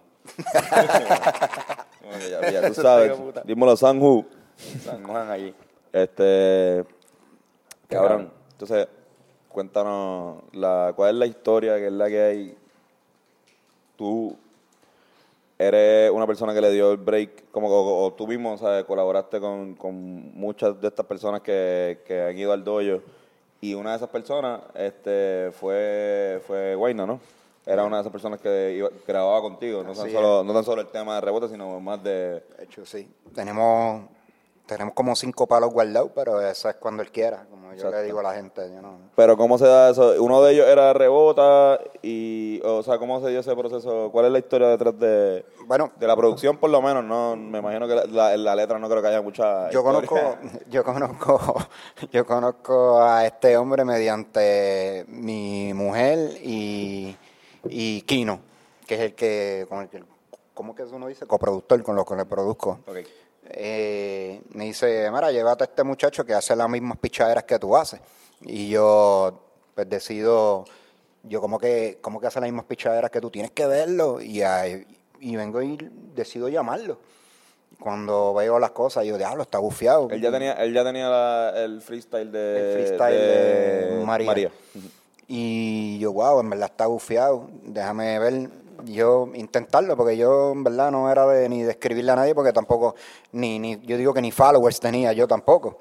Como que ya, ya tú
Hijo
sabes.
de puta.
Dímelo, Sanju.
San Juan allí.
Este. Cabrón.
cabrón.
Entonces, cuéntanos la, cuál es la historia que es la que hay. Tú eres una persona que le dio el break, como o, o tú mismo, ¿sabes? colaboraste con, con muchas de estas personas que, que han ido al dojo. Y una de esas personas este, fue, fue Guayna, ¿no? Era una de esas personas que iba- grababa contigo, no tan,
Así
solo, no tan solo el tema de rebote, sino más de...
De hecho, sí. Tenemos, tenemos como cinco palos guardados, pero eso es cuando él quiera, como yo
Exacto.
le digo a la gente. Yo no.
Pero ¿cómo se da eso? Uno de ellos era rebota y, o sea, ¿cómo se dio ese proceso? ¿Cuál es la historia detrás de,
Bueno,
de la producción por lo menos? No, me imagino que la, la- en la letra no creo que haya mucha
yo
historia.
conozco, yo conozco, yo conozco a este hombre mediante mi mujer y, y Kino, que es el que, con el que, ¿cómo que uno dice? Coproductor con lo que le produzco.
Ok.
eh, me dice, mira, llévate a este muchacho que hace las mismas pichaderas que tú haces. Y yo, pues, decido yo como que, como que hace las mismas pichaderas que tú tienes que verlo y, ahí- y vengo y decido llamarlo. Cuando veo las cosas, yo diablo, está bufiado.
Él ya tenía, él ya tenía la- el freestyle de,
El freestyle de María.
María.
Y yo, wow, en verdad está bufiado. Déjame ver, yo intentarlo, porque yo en verdad no era de ni de escribirle a nadie, porque tampoco, ni, ni yo digo que ni followers tenía, yo tampoco.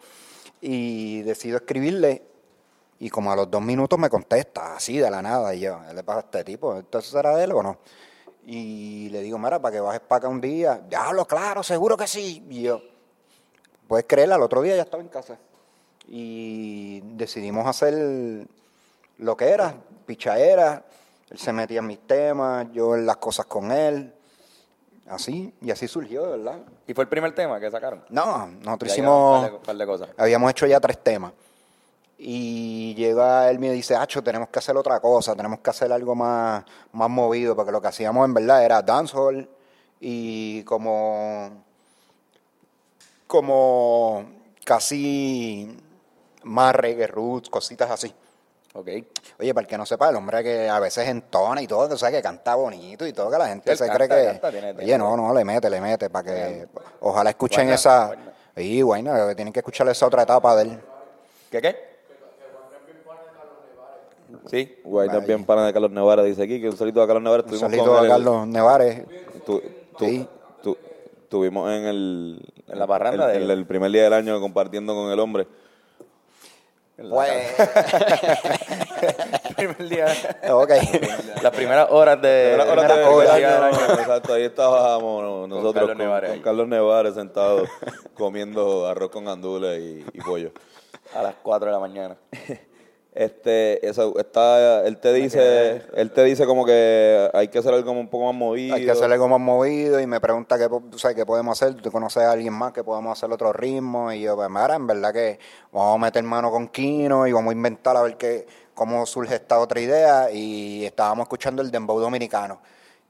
Y decido escribirle, y como a los dos minutos me contesta, así de la nada, y yo, ¿qué le pasa a este tipo? ¿Entonces será de él o no? Y le digo, mira, para que bajes para acá un día, diablo, claro, seguro que sí. Y yo, puedes creerla, al otro día ya estaba en casa. Y decidimos hacer lo que era, pichaera. Él se metía en mis temas, yo en las cosas con él. Así, y así surgió, de ¿verdad?
¿Y fue el primer tema que sacaron?
No, nosotros
Ya llevan
hicimos.
Un par de, un par de cosas.
Habíamos hecho ya tres temas. Y llega él y me dice, Acho, tenemos que hacer otra cosa, tenemos que hacer algo más, más movido, porque lo que hacíamos en verdad era dancehall y como, como casi más reggae roots, cositas así.
Ok. Sí,
Oye, para el que no sepa, el hombre que a veces entona y todo, que, o sea, que canta bonito y todo, que la gente
Sí, él
se
canta,
cree que...
canta, tiene-
Oye, no, no, le mete, le mete, para que... Ojalá escuchen
Guayna,
esa...
guayna.
Y bueno, tienen que escuchar esa otra etapa de él.
¿Qué qué? Sí.
Guay, también pana de Carlos Nevara, dice aquí, que un solito a Carlos Nevara.
Un
estuvimos
saludo
con
a
él en-
Carlos Nevares.
Tu, tu-
Sí.
tu- tuvimos en el...
En la barranda
el-
de-
el- el primer día del año compartiendo con el hombre.
Pues,
Primer día.
ok.
Las primeras horas de.
Eh,
Era hora
primeras
de-
horas
del
del
año,
año.
Exacto, ahí estábamos no, nosotros
Carlos
con
Nevares ahí.
con Carlos Nevares sentado comiendo arroz con gandules y, y pollo.
A las 4 de la mañana.
Este, eso, está, él te dice, él te dice como que hay que hacer algo como un poco más movido.
Hay que hacer algo más movido y me pregunta qué, po- tú sabes, qué podemos hacer. ¿Tú conoces a alguien más que podamos hacer otro ritmo? Y yo, pues mira, en verdad que vamos a meter mano con Kino y vamos a inventar a ver qué, cómo surge esta otra idea. Y estábamos escuchando el dembow dominicano.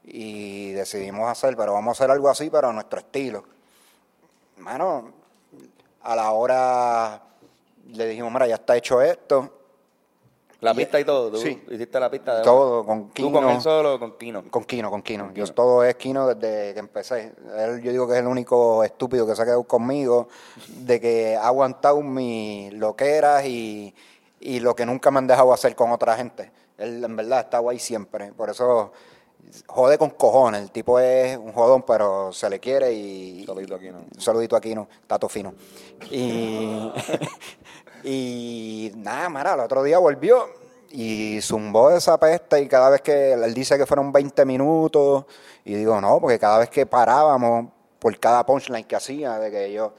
Y decidimos hacer, pero vamos a hacer algo así, pero a nuestro estilo. Mano, a la hora le dijimos, mira, ya está hecho esto.
La
Y-
pista y todo. Tú
sí.
hiciste la pista de.
Todo, con
Tú
Kino.
con él solo o con Kino.
Con Kino, con Kino. Yo todo es Kino desde que empecé. Él, yo digo que es el único estúpido que se ha quedado conmigo, de que ha aguantado mis loqueras y, y lo que nunca me han dejado hacer con otra gente. Él en verdad está guay siempre. Por eso jode con cojones. El tipo es un jodón, pero se le quiere y...
Saludito a Kino.
Un saludito a Kino, tato fino. Y, y nada, mara, el otro día volvió y zumbó esa peste y cada vez que él dice que fueron 20 minutos y digo no, porque cada vez que parábamos por cada punchline que hacía, de que yo,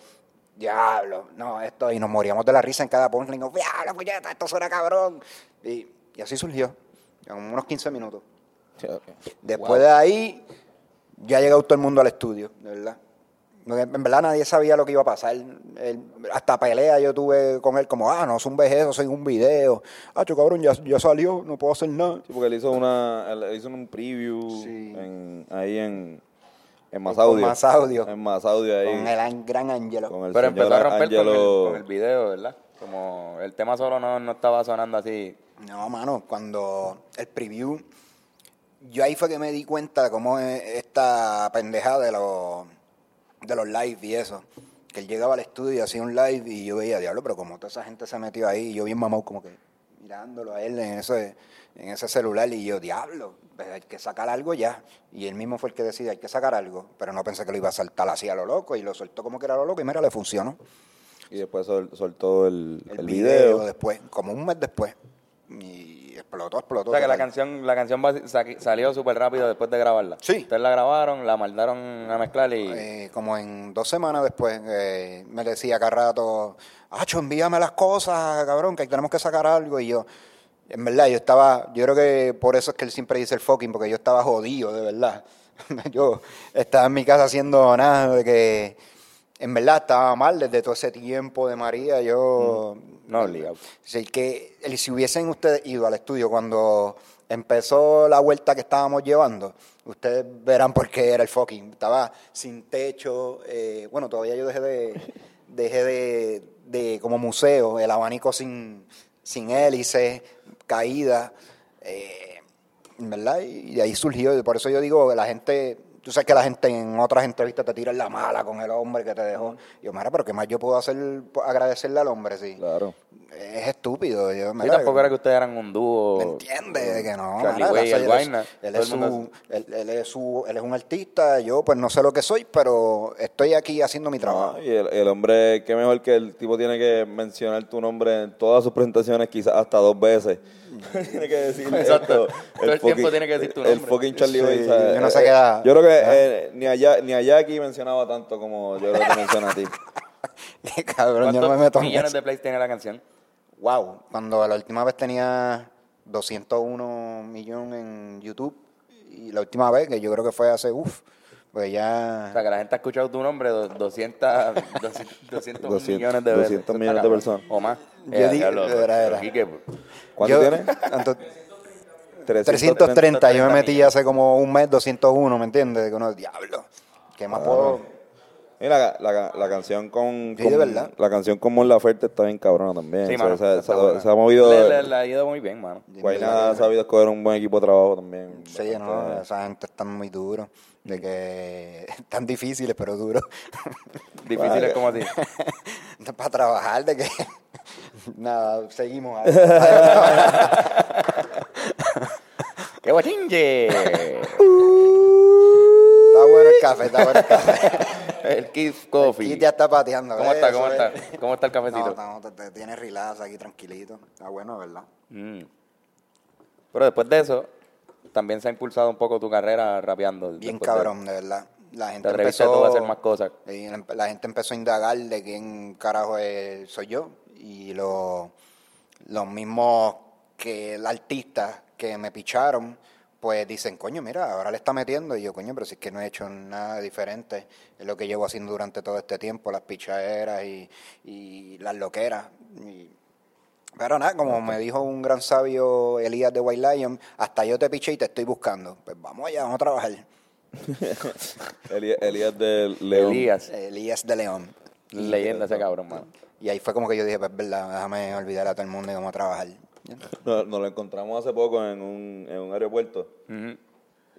diablo, no, esto, y nos moríamos de la risa en cada punchline, yo, diablo, puñeta, esto suena cabrón. Y, y así surgió, en unos 15 minutos. Después de ahí, ya ha llegado todo el mundo al estudio, de verdad. No, En en verdad nadie sabía lo que iba a pasar. Él- hasta pelea yo tuve con él como, ah, no, es un eso, soy un video. Ah, chu, cabrón, ya, ya salió, no puedo hacer nada.
Sí, porque él hizo una, él hizo un preview
Sí.
en- ahí en, en Más
Con
Audio.
Más Audio.
En Más Audio ahí.
Con el an- gran Angelo.
Pero
señor
empezó a romper con el-
Angelo.
con, el, video, ¿verdad? Como el tema solo no, no estaba sonando así.
No, mano, cuando el preview, yo ahí fue que me di cuenta de cómo es esta pendeja de los, de los live y eso. Que él llegaba al estudio y hacía un live y yo veía, diablo, pero como toda esa gente se metió ahí, y yo bien mamado como que mirándolo a él en ese, en ese celular y yo, diablo, pues hay que sacar algo ya. Y él mismo fue el que decide, hay que sacar algo, pero no pensé que lo iba a saltar así a lo loco y lo soltó como que era lo loco y mira, le funcionó
Y después sol- soltó el,
el,
el
video.
video.
después, como un mes después. Y explotó, explotó.
O sea que la
total.
canción, la canción basi- sa- salió súper rápido después de grabarla.
Sí.
Ustedes la grabaron, la mandaron a mezclar y.
Eh, como en dos semanas después, eh, me decía cada rato, Acho, envíame las cosas, cabrón, que tenemos que sacar algo. Y yo, en verdad, yo estaba, yo creo que por eso es que él siempre dice el fucking, porque yo estaba jodido, de verdad. yo estaba en mi casa haciendo nada, de que en verdad estaba mal desde todo ese tiempo de María, yo...
No, obligado.
Sí, que el- si hubiesen ustedes ido al estudio cuando empezó la vuelta que estábamos llevando, ustedes verán por qué era el fucking. Estaba sin techo. eh, bueno, todavía yo dejé de. Dejé de, de como museo, el abanico sin, sin hélice, caída. Eh, en ¿Verdad? Y de ahí surgió. y Por eso yo digo, la gente. Tú sabes que la gente en otras entrevistas te tira la mala con el hombre que te dejó. Yo, mira, pero ¿qué más yo puedo hacer? por Agradecerle al hombre, sí.
Claro.
Es estúpido. Yo,
Y
mira,
tampoco era que ustedes eran un dúo.
¿Me entiendes? De que no.
Charlie
mano,
Way y
él,
el
es-
Guayna.
él
Todo
es
el mundo
su, él, él es su, él es un artista, yo pues no sé lo que soy, pero estoy aquí haciendo mi trabajo.
Ah, y el, el hombre, qué mejor que el tipo tiene que mencionar tu nombre en todas sus presentaciones, quizás hasta dos veces. tiene que decir
Mm. Exacto.
esto,
Todo el tiempo tiene que decir tu
El
nombre.
fucking Charlie
Sí,
Bay, ¿sabes?
que no se
Eh, eh,
queda-
Yo creo que
¿Ah?
eh, ni, allá, ni allá aquí mencionaba tanto como yo creo que menciona a ti.
Cabrón, yo no
¿Cuántos
me meto en
millones
eso.
de plays tiene la canción?
Wow, cuando la última vez tenía 201 millones en YouTube y la última vez que yo creo que fue hace uff, pues ya
O sea, que la gente ha escuchado tu nombre do- 200, 200, 200
200
millones de veces. Eso
200
está
millones de
cabrón.
personas.
O más.
Yo
Eh,
di-
diablo,
de verdad, de
pero
verdad.
Quique, pues.
¿Cuánto
Yo-
tiene?
tanto-
330.
330, yo me metí
millones.
hace como un mes 201, ¿me entiendes? Que uno diablo. ¿Qué
Ah.
más puedo?
Y la, la, la canción con,
Sí,
con-
de verdad.
La canción con Mon Laferte está bien cabrona también.
Sí,
O sea,
mano,
se,
está
se-
buena.
se ha movido...
Le, le- le ha ido muy bien, mano.
Guayna ha sabido escoger un buen equipo de trabajo también.
Sí, no,
pues,
Bastante-
esa gente está muy duro. De que tan difíciles, pero duros.
Difícil es como así.
Para trabajar, de que. Nada, seguimos.
¡Qué guachinche!
Está bueno el café, está bueno el café.
El Kiss
Y
Coffee.
ya está pateando.
¿Cómo
¿ves?
está?
Eso
¿Cómo
es.
está? ¿Cómo está el
No,
cafecito?
no, te, te tienes relax aquí tranquilito. Está bueno, ¿verdad?
Mm. Pero después de eso, también se ha impulsado un poco tu carrera rapeando.
Bien
después de-
cabrón, de verdad. La gente
Te atreviste
empezó
tú a hacer más cosas.
y la- la gente empezó a indagar de quién carajo es- soy yo. Y lo- los mismos que el artista que me picharon, pues dicen, coño, mira, ahora le está metiendo. Y yo, coño, pero si es que no he hecho nada diferente. Es lo que llevo haciendo durante todo este tiempo, las pichaderas y, y las loqueras. Y- pero nada, como me dijo un gran sabio Elías de White Lion, hasta yo te piché y te estoy buscando. Pues vamos allá, vamos a trabajar.
Elías, Elías de León.
Elías.
Elías de León.
Leyenda ese cabrón, mano.
Y ahí fue como que yo dije, pues verdad, déjame olvidar a todo el mundo y vamos a trabajar.
Nos, nos lo encontramos hace poco en un, en un aeropuerto
Ujú.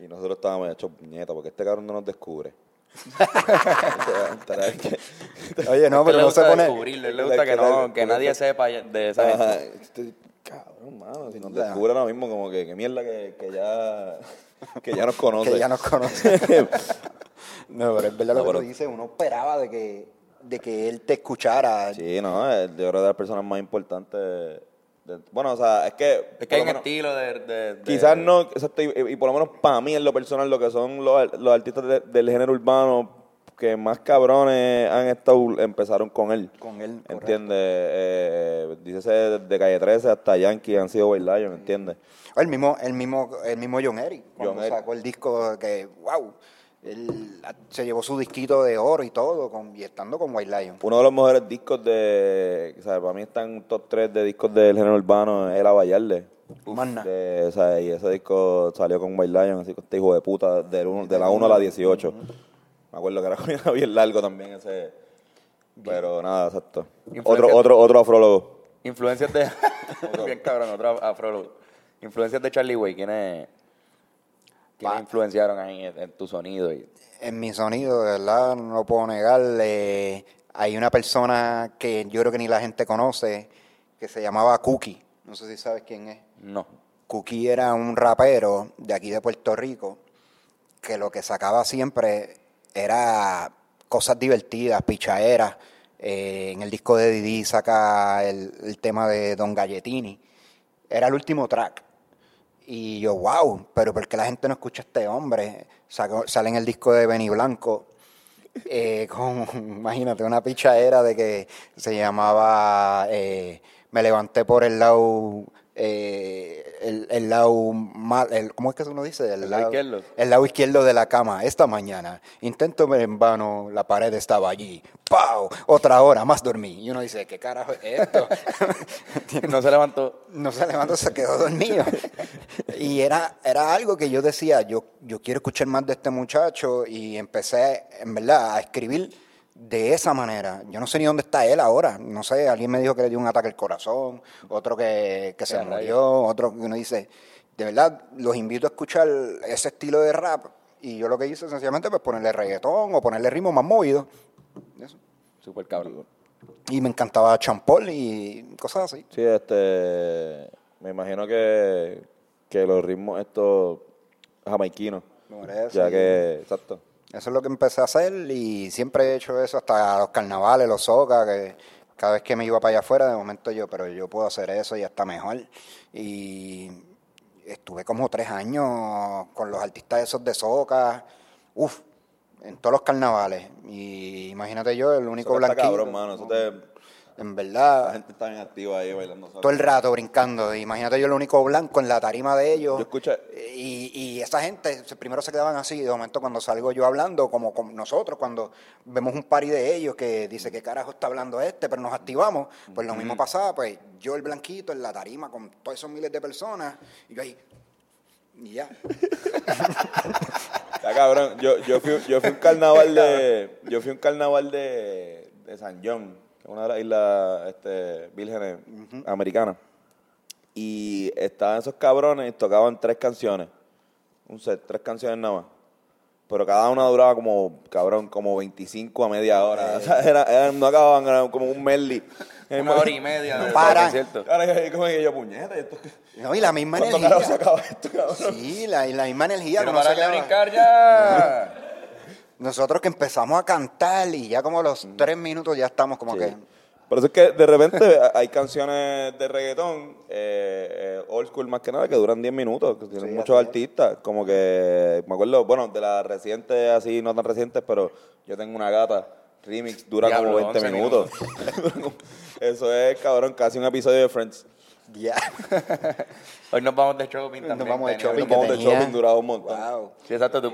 y nosotros estábamos hechos puñeta porque este cabrón no nos descubre. O sea, estará que-
Oye, no, pero
le
no se
gusta
pone...
descubrirlo, le gusta que, no, que nadie sepa de esa
Ajá,
gente.
este cabrón, mano, si nos
Claro.
descubre ahora mismo como que, que mierda que, que ya que ya nos conoce.
Que ya nos conoce. no, pero es verdad
No,
lo que
pero-
tú dices, uno esperaba de que, de que él te escuchara.
Sí, no, es- yo creo que de las personas más importantes de- bueno, o sea, es que
Es que
por
hay
lo
un
menos-
estilo de... de- de-
Quizás no, exacto, y, y por lo menos para mí en lo personal, lo que son los, ar- los artistas de- del género urbano que más cabrones han estado, empezaron con él.
Con él, correcto.
¿Entiendes? Eh, dícese desde Calle 13 hasta Yankee han sido White Lion, ¿entiendes?
O El mismo, el mismo, el mismo John Eric, cuando
John Eric.
sacó el disco que, wow, él se llevó su disquito de oro y todo, con, y estando con White Lion.
Uno de los mejores discos de, o sea, para mí están un top 3 de discos del género urbano, es La Vallarle.
Más nada.
De- o sea, y ese disco salió con White Lion, así que este hijo de puta, del uno- de la 1 a la 18. Me acuerdo que era- era bien largo también ese. Pero nada, exacto.
Influencia-
Otro, otro, otro afrólogo.
Influencias de... Bien cabrón, otro afrólogo. Influencias de Charlie Way, ¿quiénes, quiénes
Pa-
influenciaron ahí en, en tu sonido? Y,
En mi sonido, de verdad, no lo puedo negar. eh, hay una persona que yo creo que ni la gente conoce, que se llamaba Cookie. No sé si sabes quién es.
no.
Cookie era un rapero de aquí de Puerto Rico que lo que sacaba siempre era cosas divertidas, pichaeras. Eh, en el disco de Didi saca el, el tema de Don Galletini. Era el último track. Y yo, wow, pero ¿por qué la gente no escucha a este hombre? Sacó- sale en el disco de Benny Blanco. eh, con, imagínate, una pichadera de que se llamaba eh, Me levanté por el lado. eh, el, el lado mal, el- ¿cómo es que uno dice?
El lado izquierdo.
El lado izquierdo de la cama, esta mañana. Intento ver en vano, la pared estaba allí. ¡Pau! Otra hora, más dormí. Y uno dice, ¿qué carajo es esto?
No se levantó.
no se levantó, se quedó dormido. Y era, era algo que yo decía, yo, yo quiero escuchar más de este muchacho y empecé, en verdad, a escribir de esa manera. Yo no sé ni dónde está él ahora. No sé, alguien me dijo que le dio un ataque al corazón, otro que, que se
Ya, rayos.
murió, otro que uno dice, de verdad, los invito a escuchar ese estilo de rap. Y yo lo que hice sencillamente pues ponerle reggaetón o ponerle ritmo más movido. Eso.
Súper cabrón.
Y me encantaba Champol y cosas así.
Sí, este. Me imagino que, que los ritmos estos jamaiquinos.
Por eso.
Ya que. Exacto.
Eso es lo que empecé a hacer y siempre he hecho eso hasta los carnavales, los socas, que cada vez que me iba para allá afuera, de momento yo, pero yo puedo hacer eso y hasta mejor. Y estuve como tres años con los artistas esos de soca, uff, en todos los carnavales. Y imagínate yo, el único
Eso está
blanquito.
cabrón, mano. Eso te-
En
la
verdad,
gente está bien activa ahí bailando. sola.
todo el rato brincando. Imagínate yo el único blanco en la tarima de ellos.
Yo escuché-
Y, y esa gente se- primero se quedaban así. y De momento, cuando salgo yo hablando, como con nosotros, cuando vemos un party de ellos que dice qué carajo está hablando este, pero nos activamos, pues lo mismo pasaba. Pues yo el blanquito en la tarima con todos esos miles de personas. Y yo ahí. Y ya.
Está cabrón. Yo, yo, fui, yo fui un carnaval de. Yo fui un carnaval de, de San John, que es una de las islas este, vírgenes americanas. Y estaban esos cabrones y tocaban tres canciones. Un set, tres canciones nada más. Pero cada una duraba como, cabrón, como 25 a media
Eh.
hora. O sea, era- eran- no acababan, eran como un medley.
Una hora y media. de-
Para.
de concierto.
Ahora yo como que yo, puñeta, ¿y esto qué?
No, y la misma
¿cuándo carajo se
energía.
acaba esto, cabrón?
Sí, la, y la misma energía.
Quiero
que no se
parar de
acaba.
brincar ya.
Nosotros que empezamos a cantar y ya como a los tres minutos ya estamos como
Sí.
que.
Por eso es que de repente hay canciones de reggaetón, eh, eh, old school más que nada, que duran 10 minutos, que tienen
Sí,
muchos
así es.
artistas, como que, me acuerdo, bueno, de las recientes, así, no tan recientes, pero yo tengo una gata, remix, dura
Diablo,
como 20
11
minutos. eso es, cabrón, casi un episodio de Friends.
Ya.
Hoy nos vamos de shopping también.
Nos vamos de
Tenía-
shopping.
Nos vamos de
tenía.
shopping, duraba un montón.
Wow.
Sí, exacto. Tú,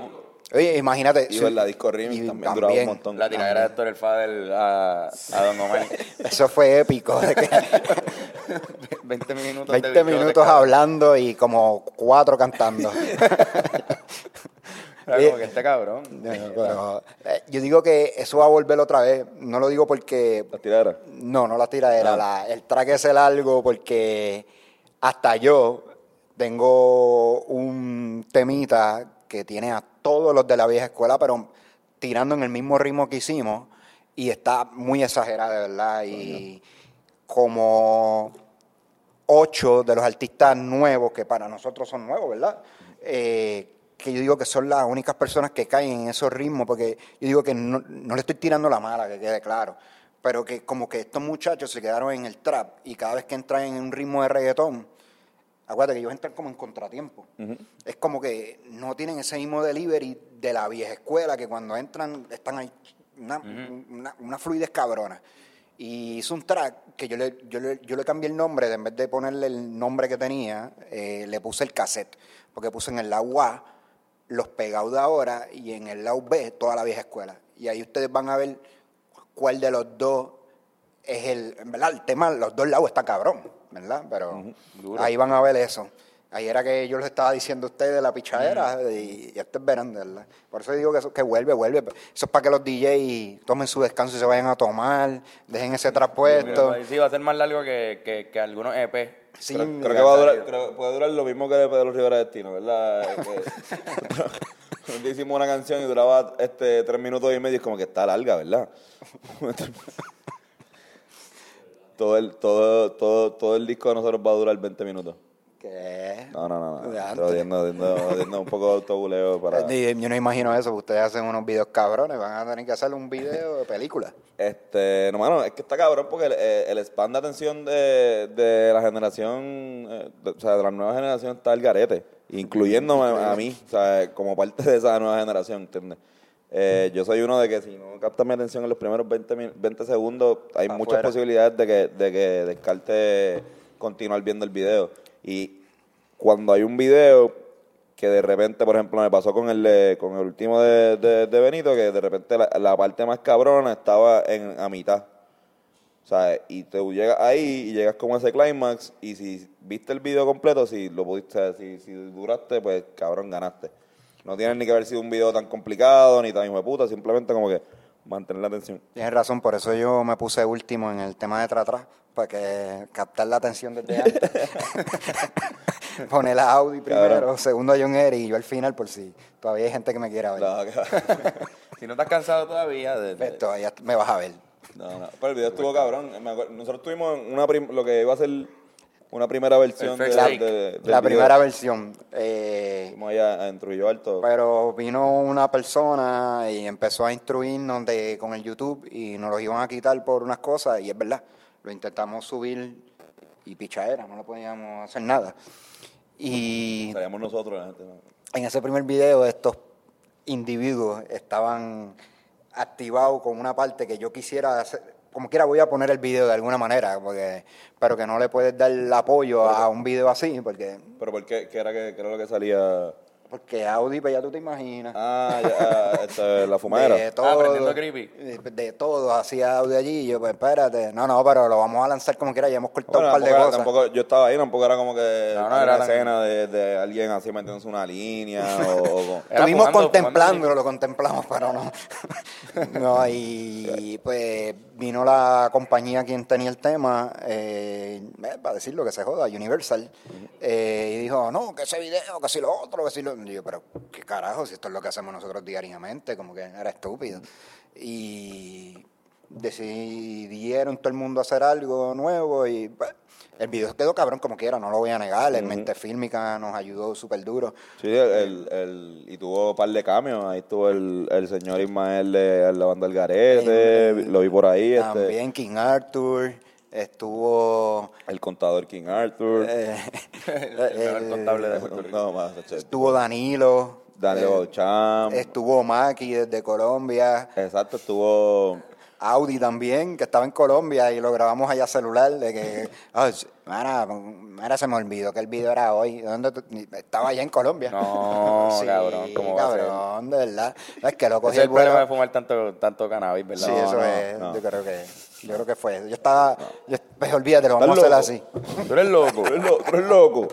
Oye, imagínate.
Y
sí,
ver la disco remix
y
también, duraba un montón.
la tiradera de Héctor el Fader a, a Don Omar.
Eso fue épico. de que
20 minutos. de
20
bichote,
minutos
cabrón.
hablando y como cuatro cantando.
Era como que este cabrón.
Pero, eh, yo digo que eso va a volver otra vez. No lo digo porque
La tiradera.
No, no la tiradera, la- el track ese largo porque hasta yo tengo un temita que tiene a todos los de la vieja escuela, pero tirando en el mismo ritmo que hicimos y está muy exagerada, de verdad. Y como ocho de los artistas nuevos, que para nosotros son nuevos, ¿verdad? Eh, que yo digo que son las únicas personas que caen en esos ritmos, porque yo digo que no, no le estoy tirando la mala, que quede claro, pero que como que estos muchachos se quedaron en el trap y cada vez que entran en un ritmo de reggaetón, acuérdate que ellos entran como en contratiempo. Es como que no tienen ese mismo delivery de la vieja escuela, que cuando entran están ahí una, una- una fluidez cabrona. Y hizo un track que yo le, yo, le, yo le cambié el nombre, de en vez de ponerle el nombre que tenía, eh, le puse el cassette, porque puse en el lado A los pegados de ahora y en el lado B toda la vieja escuela. Y ahí ustedes van a ver cuál de los dos es el, en verdad, el tema, los dos lados está cabrón, ¿verdad? Pero ahí van a ver eso. Ahí era que yo les estaba diciendo a ustedes de la pichadera y, y esto es verano, ¿verdad? Por eso digo que, eso- que vuelve, vuelve. Eso es para que los DJs tomen su descanso y se vayan a tomar, dejen ese trap puesto.
Sí, va a ser más largo que, que, que algunos E EP.
Sí,
creo, creo que va a durar, creo que puede durar lo mismo que de Pedro Rivera Destino, ¿verdad? Que- Un día hicimos una canción y duraba este, tres minutos y medio, es como que está larga, ¿verdad? todo, el, todo, todo, todo el disco de nosotros va a durar 20 minutos.
¿Qué?
No, no, no. no.
Ya,
Pero diendo- diendo- diendo un poco de autobuleo para...
Eh, Yo no imagino eso, porque ustedes hacen unos videos cabrones, van a tener que hacer un video de película.
Este, no, mano, es que está cabrón porque el, eh, el span de atención de, de la generación, eh, de- o sea, de la nueva generación está el garete, incluyéndome a, a mí, o sea, como parte de esa nueva generación, ¿entiendes? Eh, yo soy uno de que si no capta mi atención en los primeros 20, min- 20 segundos, hay muchas posibilidades de que, de que descarte continuar viendo el video. Y cuando hay un video que de repente, por ejemplo, me pasó con el de- con el último de, de- de Benito, que de repente la, la parte más cabrona estaba en, a mitad. O sea, y te llegas ahí y llegas como a ese climax y si viste el video completo, si lo pudiste, si, si duraste, pues cabrón, ganaste. No tiene ni que haber sido un video tan complicado ni tan hijo de puta, simplemente como que mantener la atención.
Tienes razón, por eso yo me puse último en el tema de atrás, para que captar la atención desde antes. poner a Audi primero,
Cabrón.
segundo a John Eric y yo al final por si todavía hay gente que me quiera ver.
No, cabrón.
Si no estás cansado todavía, de- de-
Pues todavía me vas a ver.
No, no. Pero el video estuvo cabrón. Me acuer- Nosotros tuvimos una prim- lo que iba a ser una primera versión
El first
de-
take.
de- de- del
La
video.
primera Pues, versión. eh,
Fuimos allá en Trujillo Alto.
Pero vino una persona y empezó a instruirnos de, con el YouTube y nos los iban a quitar por unas cosas y es verdad, lo intentamos subir y pichadera, no lo podíamos hacer nada. Y
Estaríamos nosotros. la gente, ¿no?
en ese primer video estos individuos estaban activados con una parte que yo quisiera hacer, como quiera voy a poner el video de alguna manera, porque, pero que no le puedes dar el apoyo a un video así, porque,
Pero ¿por qué? ¿Qué era, que, qué era lo que salía?
porque Audi, pues ya tú te imaginas.
Ah, ya, este, la fumadera.
De
Ah,
todo,
aprendiendo creepy.
de- de todo, hacía audio allí. Y yo, pues espérate, no, no, pero lo vamos a lanzar como quiera. Ya hemos cortado
Bueno,
un par de
tampoco era-
cosas.
tampoco- yo estaba ahí, tampoco era como que
No, no,
una
era tan-
escena de, de alguien así metiéndose una línea o, o con-
Era
Estuvimos
fumando-
contemplándolo, lo contemplamos, pero no. no, y pues vino la compañía quien tenía el tema, eh, eh, para decirlo que se joda, Universal, eh, y dijo, no, que ese video, que si lo otro, que si lo... Y yo, pero qué carajo, si esto es lo que hacemos nosotros diariamente, como que era estúpido. Y decidieron todo el mundo hacer algo nuevo y... pues, el video quedó cabrón como quiera, no lo voy a negar. El Mente Fílmica nos ayudó súper duro.
Sí, el, el- y tuvo un par de cambios. Ahí estuvo el, el señor Ismael de la banda El Garete,
En-
lo vi por ahí. Este,
También King Arthur, estuvo,
el contador King Arthur. Eh,
eh,
mejor contable de Puerto Rico.
No, más, este,
estuvo Danilo,
Daniel
eh,
Ocham.
estuvo Maki desde Colombia,
Exacto, estuvo.
Audi también, que estaba en Colombia y lo grabamos allá celular, de que, "Ah, sí, mara, mara, se me olvidó que el video era hoy, ¿Dónde tú- ni- estaba allá en Colombia.
No, cabrón, ¿cómo va a ser?
cabrón, de verdad. Es que lo
Ese
cogí
es el
el vuelo-
problema de fumar tanto, tanto cannabis, ¿verdad?
Sí,
No,
eso
no.
es,
no.
yo creo que, yo creo que fue. Yo estaba, yo, pues, olvídate, lo
Estás
vamos a hacer
loco.
así.
Tú eres loco.
Tú eres lo- tú eres loco.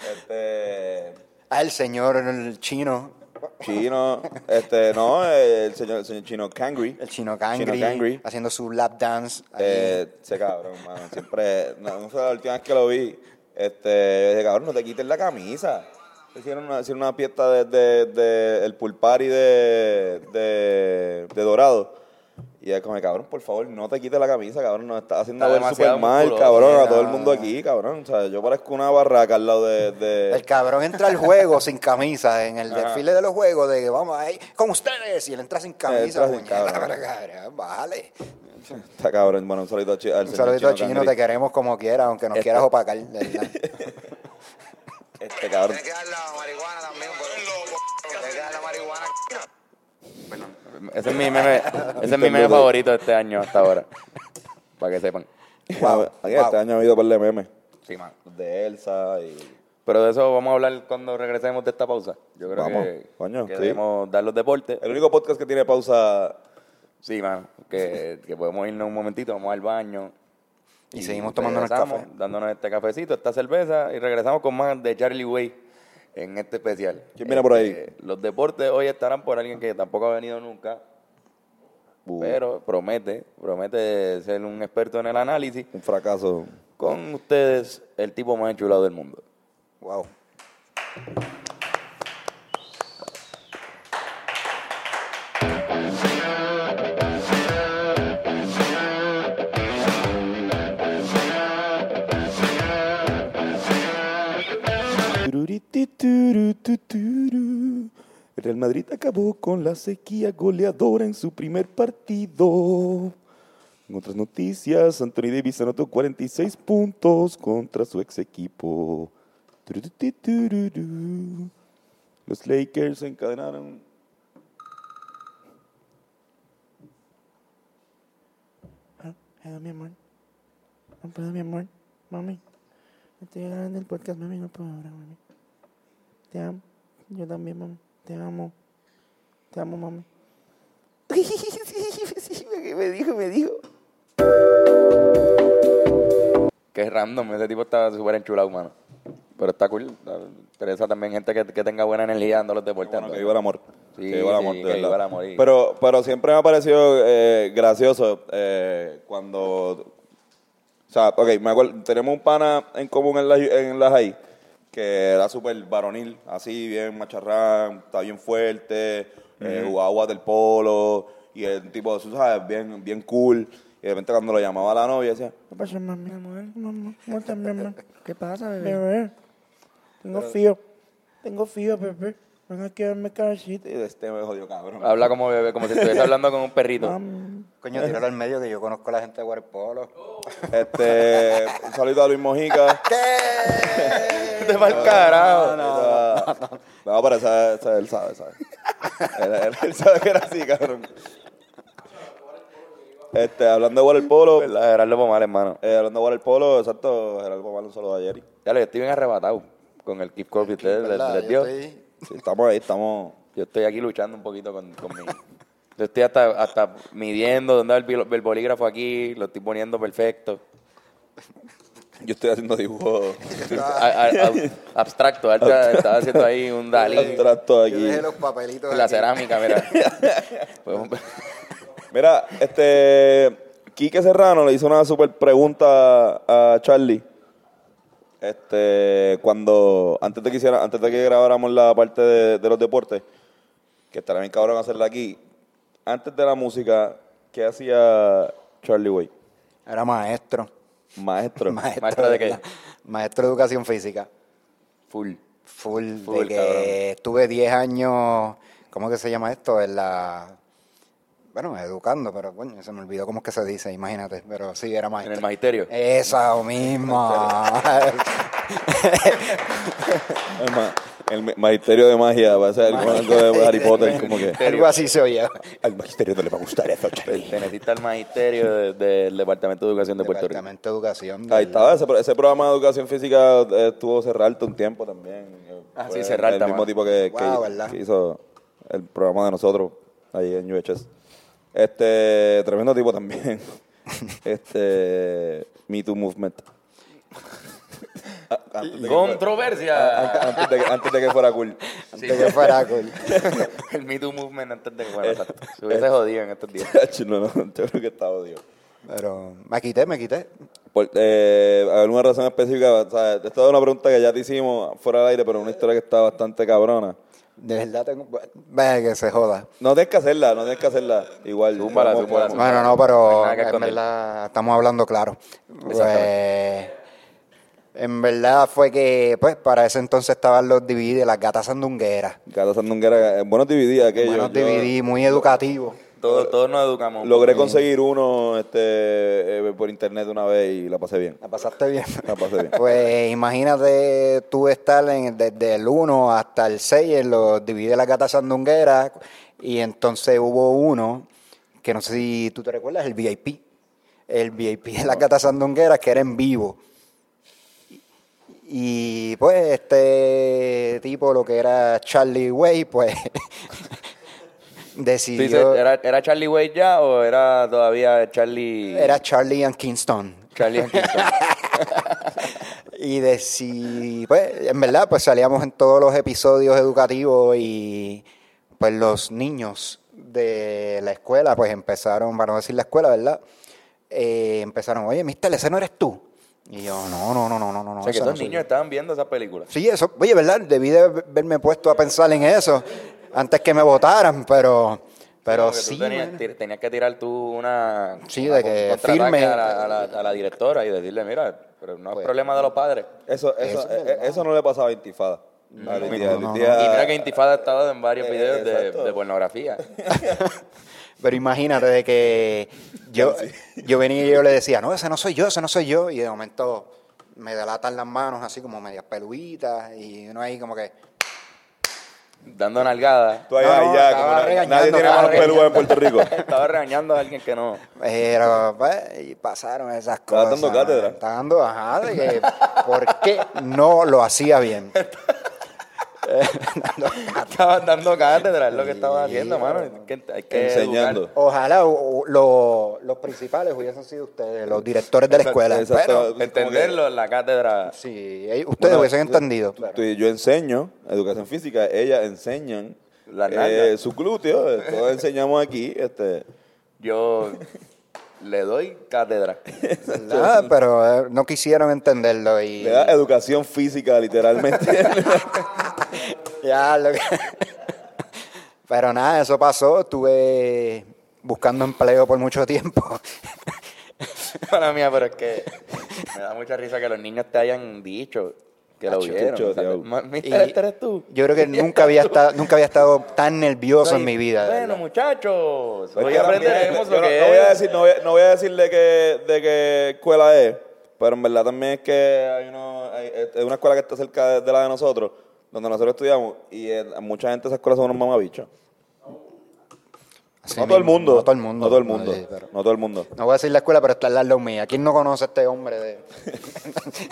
Este.
al señor el chino,
Chino, este, no, eh, el señor, el señor chino Kangri.
el chino Cangri,
Chino Kangri.
haciendo su lap dance. ahí.
Eh, ese cabrón, mano, siempre, no, no fue la última vez que lo vi, este, yo dije, cabrón, no te quites la camisa. Hicieron una, hicieron una fiesta de, de- de- el pool party de, de, de Dorado. Y es como, cabrón, por favor, no te quites la camisa, cabrón, nos está haciendo
Está
ver súper
demasiado
mal,
musculoso.
cabrón, a
Sí,
todo el
no,
mundo
no.
aquí, cabrón. O sea, yo parezco una barraca al lado de... de-
el cabrón entra al juego sin camisa, en el desfile de los juegos, de que vamos ahí con ustedes, y él entra sin camisa,
Entra sin
puñeta,
cabrón.
cabrón, bájale.
Está cabrón, bueno, un saludito a chi- al
Un
señor
saludito a Chino,
Kangri.
te queremos como quieras, aunque nos quieras opacar. de verdad.
Este cabrón.
Ese es mi meme, ese es mi meme favorito de este año hasta ahora. Para que sepan.
Wow,
Aquí este
wow.
año ha habido un par de memes.
Sí, man.
De Elsa y...
Pero de eso vamos a hablar cuando regresemos de esta pausa. Yo creo
Vamos,
que,
coño,
que
sí.
debemos dar los deportes.
El único podcast que tiene pausa.
Sí, mano, que, que podemos irnos un momentito, vamos al baño.
Y seguimos tomándonos
regresamos,
café.
Dándonos este cafecito, esta cerveza y regresamos con más de Charlie Way en este especial.
¿Quién viene por ahí?
Este, Los deportes hoy estarán por alguien que tampoco ha venido nunca,
Uh.
pero promete, promete ser un experto en el análisis.
Un fracaso.
Con ustedes, el tipo más enchulado del mundo.
wow.
Real Madrid acabó con la sequía goleadora en su primer partido. En otras noticias, Anthony Davis anotó 46 puntos contra su ex equipo. Tururutitururu. Los Lakers encadenaron.
Hello, mi amor. No puedo, mi amor. Mami. Estoy grabando el podcast, mami. No puedo ahora, mami. Te amo. Yo también, mami. Te amo. Te amo, mami. sí, me me dijo, me dijo.
Que random, ese tipo está súper enchulado, mano. Pero está cool. está- Interesa también gente que, que tenga buena energía dando los deportes.
Bueno, que
Antonio.
viva el amor.
Sí,
que viva el
sí,
amor, de
que
verdad.
viva el amor y-
Pero, pero siempre me ha parecido eh, gracioso eh, cuando. O sea, ok, me acuerdo, tenemos un pana en común en las en las high que era súper varonil, así, bien macharrán, está bien fuerte, eh, jugaba waterpolo, y el tipo, tú sabes, bien, bien cool. Y de repente cuando lo llamaba la novia, decía,
¿Qué pasa, mami? Amor, mamá. ¿Cómo estás, mi amor? ¿Qué pasa, bebé? Bebé. Tengo frío. Tengo frío, bebé. Venga aquí a darme cabecita.
este me jodió cabrón.
Habla como bebé, como si estuviese hablando con un perrito.
Mami.
Coño, tíralo al medio que yo conozco a la gente de waterpolo.
Este, un saludo a Luis Mojica.
Te va el carajo.
No, no, pero esa- esa él sabe, sabe. él, él- él sabe que era así, cabrón. Este, hablando de waterpolo,
¿Verdad? Gerardo Pomar, hermano.
eh, hablando de waterpolo, exacto, Gerardo Pomar, un saludo a Jerry.
Ya lo estoy bien arrebatado con el keep que ustedes les,
¿Verdad?
les
Yo
dio.
estoy-
Sí, estamos ahí, estamos...
Yo estoy aquí luchando un poquito con, con mi... Yo estoy hasta, hasta midiendo dónde va el, bil- el bolígrafo aquí, lo estoy poniendo perfecto.
Yo estoy haciendo dibujos
A- a- a- abstracto, Arta estaba haciendo ahí un Dalí,
abstractos
Yo
aquí.
dejé los papelitos.
la
aquí.
cerámica, mira. Podemos ver.
Mira, este. Quique Serrano le hizo una super pregunta a Charlie. Este. Cuando. Antes de que, hiciera, antes de que grabáramos la parte de, de los deportes, que estará bien cabrón hacerla aquí. Antes de la música, ¿qué hacía Charlie Way?
Era maestro.
Maestro.
¿Maestro de qué?
la- Maestro de educación física.
Full.
Full,
Full,
de que
cabrón.
estuve 10 años, ¿cómo que se llama esto? En la... Bueno, educando, pero coño, se me olvidó cómo es que se dice, imagínate. Pero sí, era maestro.
En el magisterio.
Esa misma.
El, ma- el ma- magisterio de magia, va a ser algo de Harry Potter, como que.
Algo así se oye.
Al magisterio no le va a gustar eso, Charlie.
Perteneciste al magisterio de- del Departamento de Educación de Puerto Rico.
Departamento de Educación. del-
Ahí estaba, ese, pro- ese programa de educación física eh, estuvo cerrarte un tiempo también. eh,
Ah,
fue
sí, Serralta,
El mismo
mano.
tipo que, que-
Wow, ¿verdad?
que hizo el programa de nosotros ahí en UHS. Este, tremendo tipo también. este, Me Too Movement. Ah, antes, de que,
Controversia.
antes de que- antes de que fuera cool.
Antes que fuera Eh, cool.
el Me Too Movement antes de que bueno, exacto. se hubiese jodido en estos días.
no, no, yo creo que está odio.
Pero me quité, me quité.
Por eh, alguna razón específica, o sea, esta es una pregunta que ya te hicimos fuera del aire, pero una historia que está bastante cabrona.
De verdad tengo... Vaya que se joda.
No tienes que hacerla, no tienes que hacerla. Igual.
Zúmbala,
vamos,
zúmbala,
vamos.
zúmbala.
Bueno, no,
No hay
pero
nada que
en
esconder.
verdad estamos hablando claro. Pues, en verdad fue que, pues, para ese entonces estaban los DVD, las gatas sandungueras.
Gata Sandunguera, eh, buenos DVD aquellos.
Buenos
Yo
DVD, muy educativos.
Todos, todos nos educamos.
Logré conseguir uno este, eh, por internet una vez y la pasé bien.
La pasaste bien.
La pasé bien.
Pues imagínate tú estar en- desde el 1 hasta el 6 en los DVD de las gatas sandungueras y entonces hubo uno que no sé si tú te recuerdas, el VIP. El VIP de las gatas sandungueras que era en vivo. Y pues este tipo, lo que era Charlie Way, pues
Tú dices,
decidió...
¿era, ¿Era Charlie Wade ya o era todavía Charlie.
Era Charlie and Kingston.
Charlie Hankinson?
Y de si, pues, en verdad, pues salíamos en todos los episodios educativos y pues los niños de la escuela, pues empezaron, para no decir la escuela, ¿verdad? Eh, empezaron, oye, mister, ese no eres tú. Y yo, no, no, no, no, no, no.
o sea, que
ese
esos
no soy
niños
yo".
estaban viendo esas películas.
Sí, eso, oye, ¿verdad? Debí de haberme puesto a pensar en eso antes que me votaran, pero, pero
Como que tú
sí.
Tenías,
mano.
tir- tenías que tirar tú una.
Sí,
una-
de
un
que
contraataque
firme.
A la, a la- a la directora y decirle, mira, pero no es
Pues-
problema de los padres.
Eso, eso,
Eso
eh, eh, eso no le pasaba a Intifada. A la Intifada,
no, no, no.
Intifada-
Y mira que Intifada ha estado en varios
Eh,
videos de,
exacto.
de pornografía.
Pero imagínate de que yo, yo venía y yo le decía, no, ese no soy yo, ese no soy yo. Y de momento me delatan las manos así como medias peluitas y uno ahí como que...
dando nalgadas.
Tú ahí,
No,
ahí
no,
ya,
estaba
como na-
regañando,
nadie tiene
estaba
manos peludas en Puerto Rico.
Estaba regañando a alguien que no.
Pero, pues, y pasaron esas
Estaba
cosas.
dando cátedra.
Estaba dando, ajá, de que por qué no lo hacía bien.
Estaba dando cátedra, es lo que estaba haciendo, mano. Hay que- hay que
Enseñando.
educar.
Ojalá o- o- lo- los principales hubiesen sido ustedes, los directores de la escuela.
Exacto.
Pero,
Entenderlo en la cátedra.
sí, eh, ustedes
Bueno,
hubiesen
tú-
entendido.
tú- tú y yo enseño educación física, ellas enseñan
La
eh,
nalga.
sus glúteos, eh, todos enseñamos aquí. Este,
Yo le doy cátedra.
¿verdad?
Ah.
Pero eh, no quisieron entenderlo y...
Le da educación física, literalmente.
Ya, lo que- Pero nada, eso pasó. Estuve buscando empleo por mucho tiempo.
Para mí, pero es que me da mucha risa que los niños te hayan dicho que lo
Acho,
vieron.
acho,
O sea,
diablo.
ma-
Y-
mister, este eres tú.
Yo creo que nunca había estado, nunca había estado tan nervioso en mi vida. de
Bueno,
verdad.
muchachos,
Es
hoy
Pues que también-
aprenderemos
yo
lo
no,
que
no voy a
es.
decir, no voy, a- no voy a decir de qué de qué escuela es, pero en verdad también es que hay, uno, hay- es una escuela que está cerca de, de la de nosotros, donde nosotros estudiamos, y eh, mucha gente de esa escuela son unos mamabichos.
Así
No todo el
mismo,
mundo.
No todo el mundo.
No todo el mundo.
Sí, pero-
No todo el mundo.
No voy a decir la escuela, pero está al lado mío. ¿Quién no conoce a este hombre? De...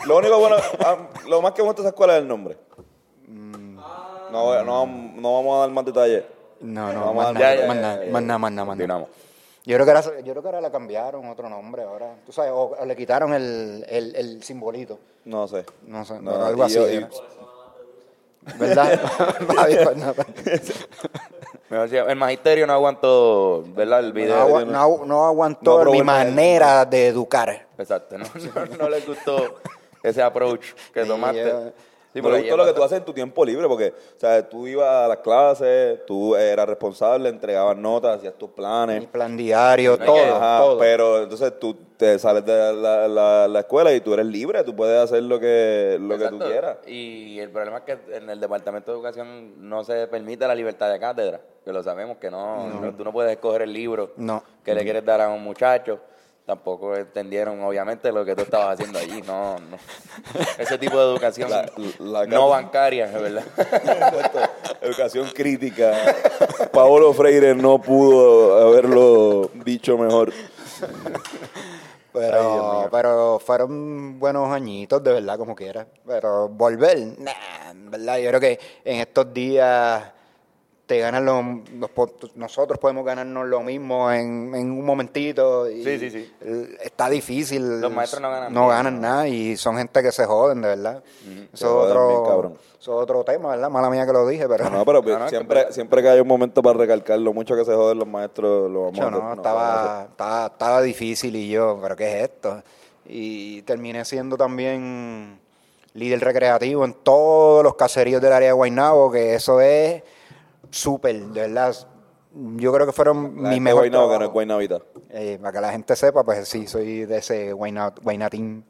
Lo único bueno, ah, lo más que me gusta de esa escuela es el nombre.
Mm.
No, voy- no, no vamos a dar más detalles.
No,
Vamos
no,
a
más
darle-
nada,
ya, ya,
más
ya,
nada,
ya,
más
ya.
nada, más nada, más nada.
Continuamos.
Yo creo, que ahora, yo creo que ahora la cambiaron, otro nombre ahora. Tú sabes, o, o le quitaron el, el, el simbolito.
No sé.
No sé, bueno, algo así.
y yo-
era.
y-
¿Verdad? pues, No,
Me decía, el magisterio no aguantó, ¿verdad? El video.
agu- no agu- no aguantó
No
mi
aprobó nada.
manera de educar.
Exacto, no, no, no les gustó ese approach que
Sí,
tomaste.
yo-
Sí,
me
pero
gustó lo que tú haces en tu tiempo libre, porque o sea, tú ibas a las clases, tú eras responsable, entregabas notas, hacías tus
Mi
planes.
plan diario, todo,
Ajá, pues,
todo.
Pero entonces tú te sales de la, la- la escuela y tú eres libre, tú puedes hacer lo que, lo que tú
Exacto.
quieras.
Y el problema es que en el Departamento de Educación no se permite la libertad de cátedra, que lo sabemos que no, no, tú no puedes escoger el libro
No.
que le quieres dar a un muchacho. Tampoco entendieron, obviamente, lo que tú estabas haciendo allí. No, no. Ese tipo de educación
La- la-
no bancaria, es verdad.
Exacto. Educación crítica. Paolo Freire no pudo haberlo dicho mejor. Ay, Dios
Pero,
mío.
pero fueron buenos añitos, de verdad, como quiera. Pero volver, nah, en verdad. Yo creo que en estos días te ganan los, los po- nosotros podemos ganarnos lo mismo en, en un momentito. y
Sí, sí, sí.
l- Está difícil.
Los maestros no ganan
No
bien,
ganan nada y son gente que se joden, de verdad. Eso es
Se joden
otro,
bien, cabrón.
eso es otro tema, ¿verdad? Mala mía que lo dije, pero.
No, no, pero pues
No, no,
siempre, siempre que hay un momento para recalcar lo mucho que se joden los maestros, lo vamos a
Yo
hacer.
no,
No, vamos a
estaba, estaba, estaba difícil y yo, pero ¿qué es esto? Y terminé siendo también líder recreativo en todos los caseríos del área de Guaynabo, que eso es súper, de verdad. Yo creo que fueron
hacer.
mis
Mi Guaynabo,
mejores
que no es
trabajos.
Guaynabita.
Eh, Para que la gente sepa, pues sí, soy de ese guayna- guaynatín.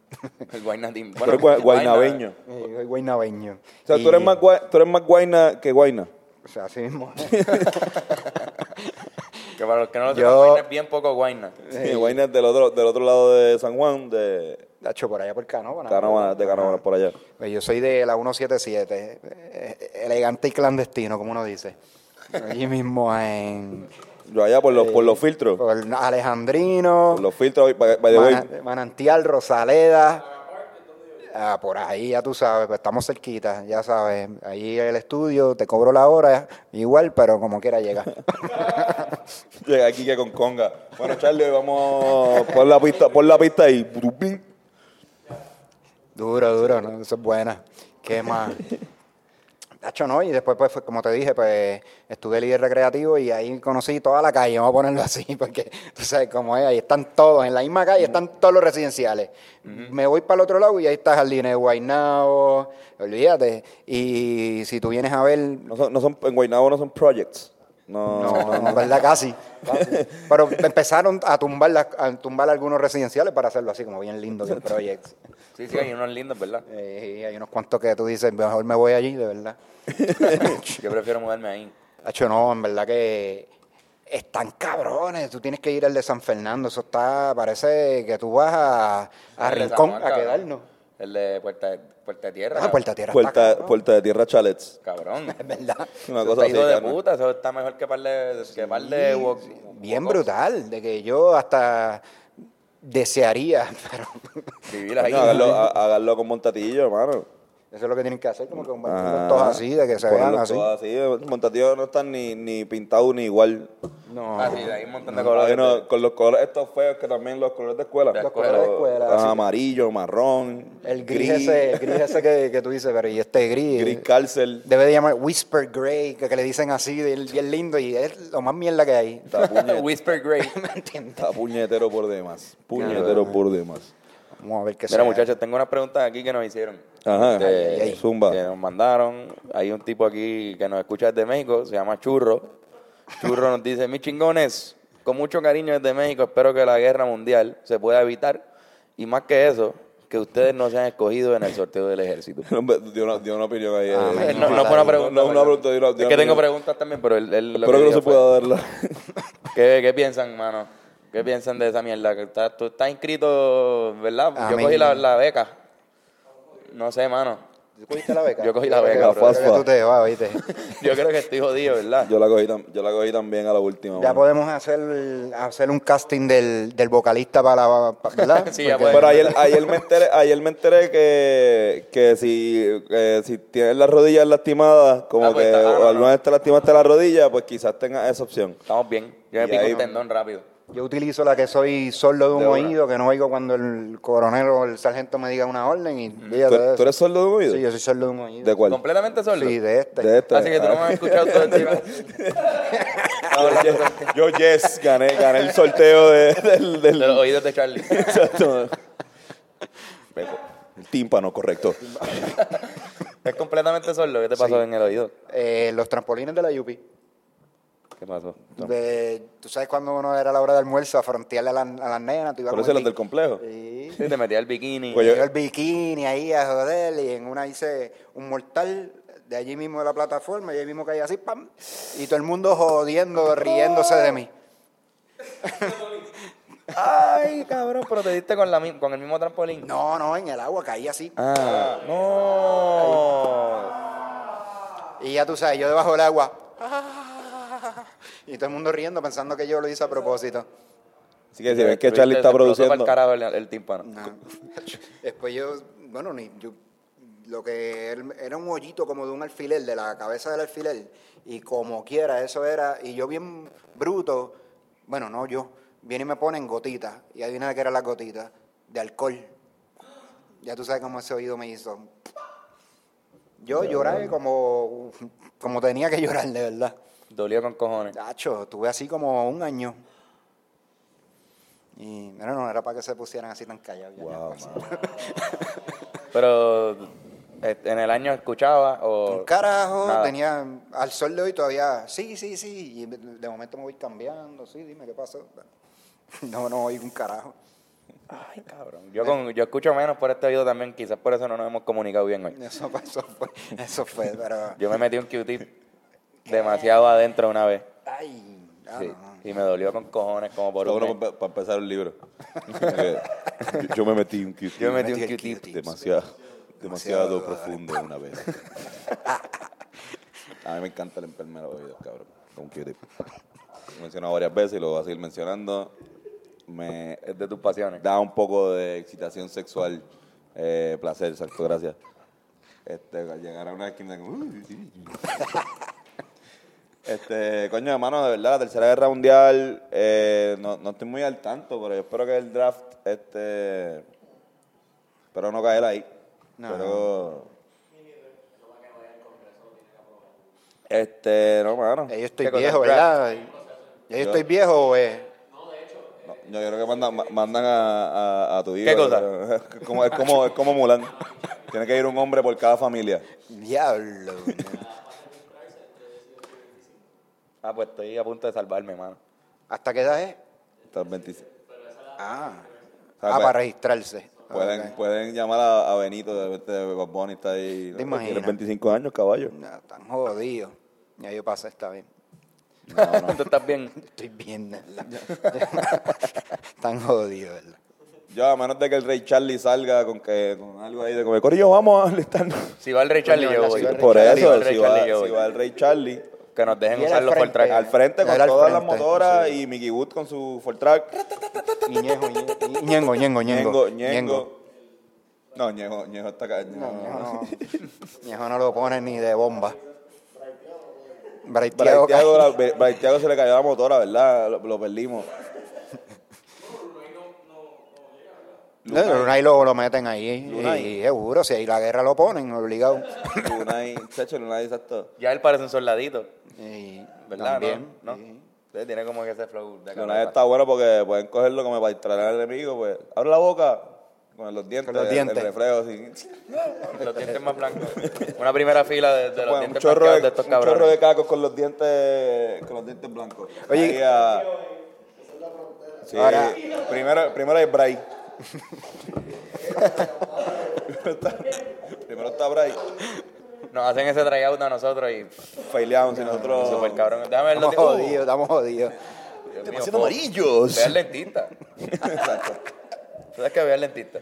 El guaynatín.
Tú eres gua- guaynabeño.
Eh, soy guaynabeño.
O sea, tú, eres
Y-
más guay- tú eres más guayna que guayna.
O sea, así mismo.
Que para los que no lo
Yo-
sepan, guayna es bien poco guayna.
Sí, guayna es del otro, del otro lado de San Juan, de
Tacho, por allá por Canóvana.
Canóvanas, de Canóvanas, por allá.
Pues Yo soy de la 177, eh, elegante y clandestino, como uno dice. Allí mismo en
Yo allá por los, por los filtros.
por Alejandrino,
Por los filtros, by- by the way,
Mana- Manantial, Rosaleda. Ah, por ahí, ya tú sabes, pues estamos cerquita, ya sabes. Ahí el estudio, te cobro la hora, igual, pero como quiera llega.
llega aquí que con conga. Bueno, Charlie, hoy vamos por la pista, por la pista ahí.
Duro, duro, ¿no? Eso es buena. ¿Qué más? Tacho, no, y después, pues, fue- como te dije, pues, estuve líder recreativo y ahí conocí toda la calle, vamos a ponerlo así, porque tú sabes cómo es, ahí están todos, en la misma calle están todos los residenciales. Me voy para el otro lado y ahí está Jardines de Guaynabo, olvídate. Y si tú vienes a ver,
No
no,
son, no son, en Guaynabo no son projects. No,
no, ¿verdad? Casi. casi. Pero empezaron a tumbar, las- a tumbar algunos residenciales para hacerlo así, como bien lindo, bien proyecto.
Sí, sí, hay unos lindos, ¿verdad?
Eh, y hay unos cuantos que tú dices, mejor me voy allí, de verdad.
Yo prefiero mudarme ahí.
Hacho, no, en verdad que están cabrones. Tú tienes que ir al de San Fernando. Eso está, parece que tú vas a, a
El de San
Rincón
Juan,
a
cabrón.
quedarnos.
El de Puerta de, Puerta de Tierra.
Ah, Puerta Tierra. está
Puerta,
cabrón,
puerta de tierra chalets.
Cabrón.
es verdad.
Una
Eso
cosa
está
así.
hijo de
carnal.
puta, eso está mejor que par de, que par de Eh, walk-
Bien
walk-offs.
brutal. De que yo hasta desearía, pero
Vivir
Coño,
ahí.
háganlo, ha- háganlo con Montatillo, hermano.
Eso es lo que tienen que hacer, como que un
Ajá.
puntos así, de que se vean
Ponlos
así.
todos así. Montatillo no están ni, ni pintados ni igual.
No.
Así, Ah, de ahí un montón de
Hay
colores.
uno Ah, con los colores estos feos que también los colores de escuela.
De
Los colores de escuela,
Ajá,
así.
amarillo, marrón,
El gris, ese, el gris ese que, que tú dices, pero y este gris.
gris cárcel.
Debe de llamar Whisper Grey, que, que le dicen así, de- bien lindo, y es lo más mierda que hay.
Está, puñe-
Whisper Grey.
¿Me entiendes?
está puñetero por demás. Puñetero por demás.
Vamos a ver qué
Mira, muchachos, tengo unas preguntas aquí que nos hicieron.
Ajá.
Este,
ay, ay.
Zumba.
Que nos mandaron. Hay un tipo aquí que nos escucha desde México, se llama Churro. Churro nos dice, mis chingones, con mucho cariño desde México, espero que la guerra mundial se pueda evitar. Y más que eso, que ustedes no sean escogidos en el sorteo del ejército.
No, hombre, Dio una, dio una opinión ahí. eh.
man.
No, no fue una pregunta.
No, no, una pregunta, dio una-
es
dio
que
una
tengo
opinión.
preguntas también, pero él... él lo
Espero que no
dio
se
fue-
pueda darla.
¿Qué, qué piensan, mano? ¿Qué piensan de esa mierda? Que está- tú estás inscrito, ¿verdad? Yo
Amén.
cogí la, la beca. No sé, mano.
¿Tú cogiste la beca?
Yo cogí la
creo
beca,
que-
bro.
creo que tú te vas, ¿viste?
Yo creo que estoy jodido, ¿verdad?
Yo la cogí, tam- yo la cogí también a la última.
Ya
mano.
podemos hacer, hacer un casting del, del vocalista para, la- pa- ¿verdad?
Sí, ya
Porque-
podemos.
Pero ayer, ayer me enteré, ayer me enteré que, que si, que si tienes las rodillas lastimadas, como
Ah, pues
que
está- ah, no,
o alguna
no.
vez te lastimaste la rodilla, pues quizás tengas esa opción.
Estamos bien. Yo me
Y
pico
ahí-
un tendón rápido.
Yo utilizo la que soy sordo de un
pues. De una.
oído, que no oigo cuando el coronel o el sargento me diga una orden. y
¿Tú,
olvídate de
tú
eso.
eres sordo de un oído?
Sí, yo soy sordo de un oído.
¿De cuál?
Completamente solo.
Sí, de este.
De este.
Así que tú no me has escuchado todo el tiempo.
Ah, yes. Yo, yes, gané, gané el sorteo de- del,
De
del-
los oídos de Charlie.
Exacto. El tímpano, correcto.
Es completamente solo. ¿Qué te pasó en el oído?
Eh, los trampolines de la Yupi.
¿Qué pasó?
De- tú sabes cuando uno era a la hora de almuerzo a frontearle a, la- a las nenas, tú ibas
Por
con
eso
el
los del
bi-
complejo.
Sí.
Sí, te metí al bikini.
Pues yo-
Llegó el bikini ahí a joder y en una hice un mortal de allí mismo de la plataforma y ahí mismo caí así, pam, y todo el mundo jodiendo, riéndose de mí.
Ay, cabrón, pero te diste con, la, mi- con el mismo trampolín.
No, no, en el agua caí así.
Ah, no.
Y ya tú sabes, yo debajo del agua. Y todo el mundo riendo pensando que yo lo hice a propósito.
Así que si ven que Charlie está
Se explotó pa'l
produciendo.
carajo el, el tímpano.
No. Después yo, bueno, ni, yo, lo que él- era un hoyito como de un alfiler, de la cabeza del alfiler, y como quiera, eso era, y yo bien bruto, bueno, no yo, viene y me ponen gotitas, y adivina de qué eran las gotitas, de alcohol. Ya tú sabes cómo ese oído me hizo. Yo lloré como, como tenía que llorar, de verdad.
Dolió con cojones.
Nacho, tuve así como un año. Y no, no, era para que se pusieran así tan callados. ya,
Wow,
pues.
Pero eh, en el año escuchaba o...
Un carajo,
Nada.
tenía al sol de hoy todavía, sí, sí, sí, y de momento me voy cambiando, sí, dime qué pasó. No, no oigo un carajo.
Ay, cabrón. Yo, con, yo escucho menos por este oído también. Quizás por eso no nos hemos comunicado bien hoy.
Eso pasó, fue, eso fue, pero...
Yo me metí un Q-tip demasiado adentro una vez.
Ay, ah,
Sí.
no, no.
Y me dolió con cojones como por un mes.
para empezar el libro. Eh, yo, yo me metí un Q-tip.
Yo me metí
metí
un
el
Q-tip.
Q-tip.
demasiado, demasiado
Demasiado.
profundo una vez. A mí me encanta el enfermero de oídos, cabrón. Con Q-tip. Lo he mencionado varias veces y lo voy a seguir mencionando. Me
Es de tus pasiones.
da un poco de excitación sexual, eh, placer, exacto, gracias. Este, al llegar a una esquina. como, "Uy, sí". Este, coño, hermano, de verdad, la tercera guerra mundial, eh, no, no estoy muy al tanto, pero yo espero que el draft, este, espero no caer ahí.
No.
Pero, este, no, mano.
Ya yo estoy
¿Qué cosa?
viejo, ¿verdad? Ya yo estoy viejo, eh.
No, yo creo que mandan, ma- mandan a, a- a tu hijo.
¿Qué cosa?
Es como, es, como, es como Mulan. Tiene que ir un hombre por cada familia.
Diablo.
Ah, pues estoy a punto de salvarme, mano.
¿Hasta qué edad es?
Hasta el 26.
Ah,
O sea,
ah
pues,
para registrarse.
Pueden,
Ok.
pueden llamar a, a Benito, de repente Bad Bunny está ahí.
¿Te imaginas?
Tienes 25 años, caballo.
No, tan jodido. Ya yo pasé, está bien.
Tú estás bien.
Estoy bien, ¿verdad? tan jodido, ¿verdad?
Yo, a menos de que el Rey Charlie salga con, que, con algo ahí de como, Corillo, vamos a listarnos.
Si va el Rey Charlie, yo
la
voy.
ciudad del Rey
Por
Si va el
eso,
Rey
si
Charlie,
va,
yo
si
voy.
va el Rey Charlie,
Que nos dejen
Y él al
usarlo por
frente.
track.
al frente con
Era al
todas las
frente,
motoras
sí.
y Mickey Wood con su full track.
Ñengo, Ñengo, Ñengo.
Ñengo. No, Ñejo, Ñejo está acá. Ñejo.
No, Ñejo no, Ñejo no lo ponen ni de bomba. Braithiago ca-
Braithiago, la- Braithiago se le cayó la motora, ¿verdad? Lo, lo perdimos.
No, Lunay lo, lo meten ahí.
Lunay.
Y seguro, si ahí la guerra lo ponen, obligado.
Lunay, chacho, Lunay, exacto.
Ya él parece un soldadito,
Y
¿verdad?
también,
¿No? ¿No?
y-
Entonces tiene como que ese flow de
Lunay
cabeza.
está bueno porque pueden cogerlo como para distraer al enemigo, pues. Abre la boca con los dientes,
Con los
el-
dientes.
el reflejo, así.
Los dientes más blancos. Una primera fila de, de los
Bueno, un,
dientes
chorro
blanqueados
de,
de estos
un chorro
cabrones.
de cacos con los dientes con los dientes blancos.
Oye.
Ahí a- sí,
Ahora-
primero, primero es Bray. primero, está, primero está Bray.
Nos hacen ese tryout a nosotros y pff,
Faileamos y nosotros.
super cabrón. Déjame ver los dientes.
Estamos
Uh,
jodidos, estamos jodidos.
Dios mío,
Demasiado
po.
amarillos.
Ve al dentista.
Exacto.
¿Sabes que ve al dentista?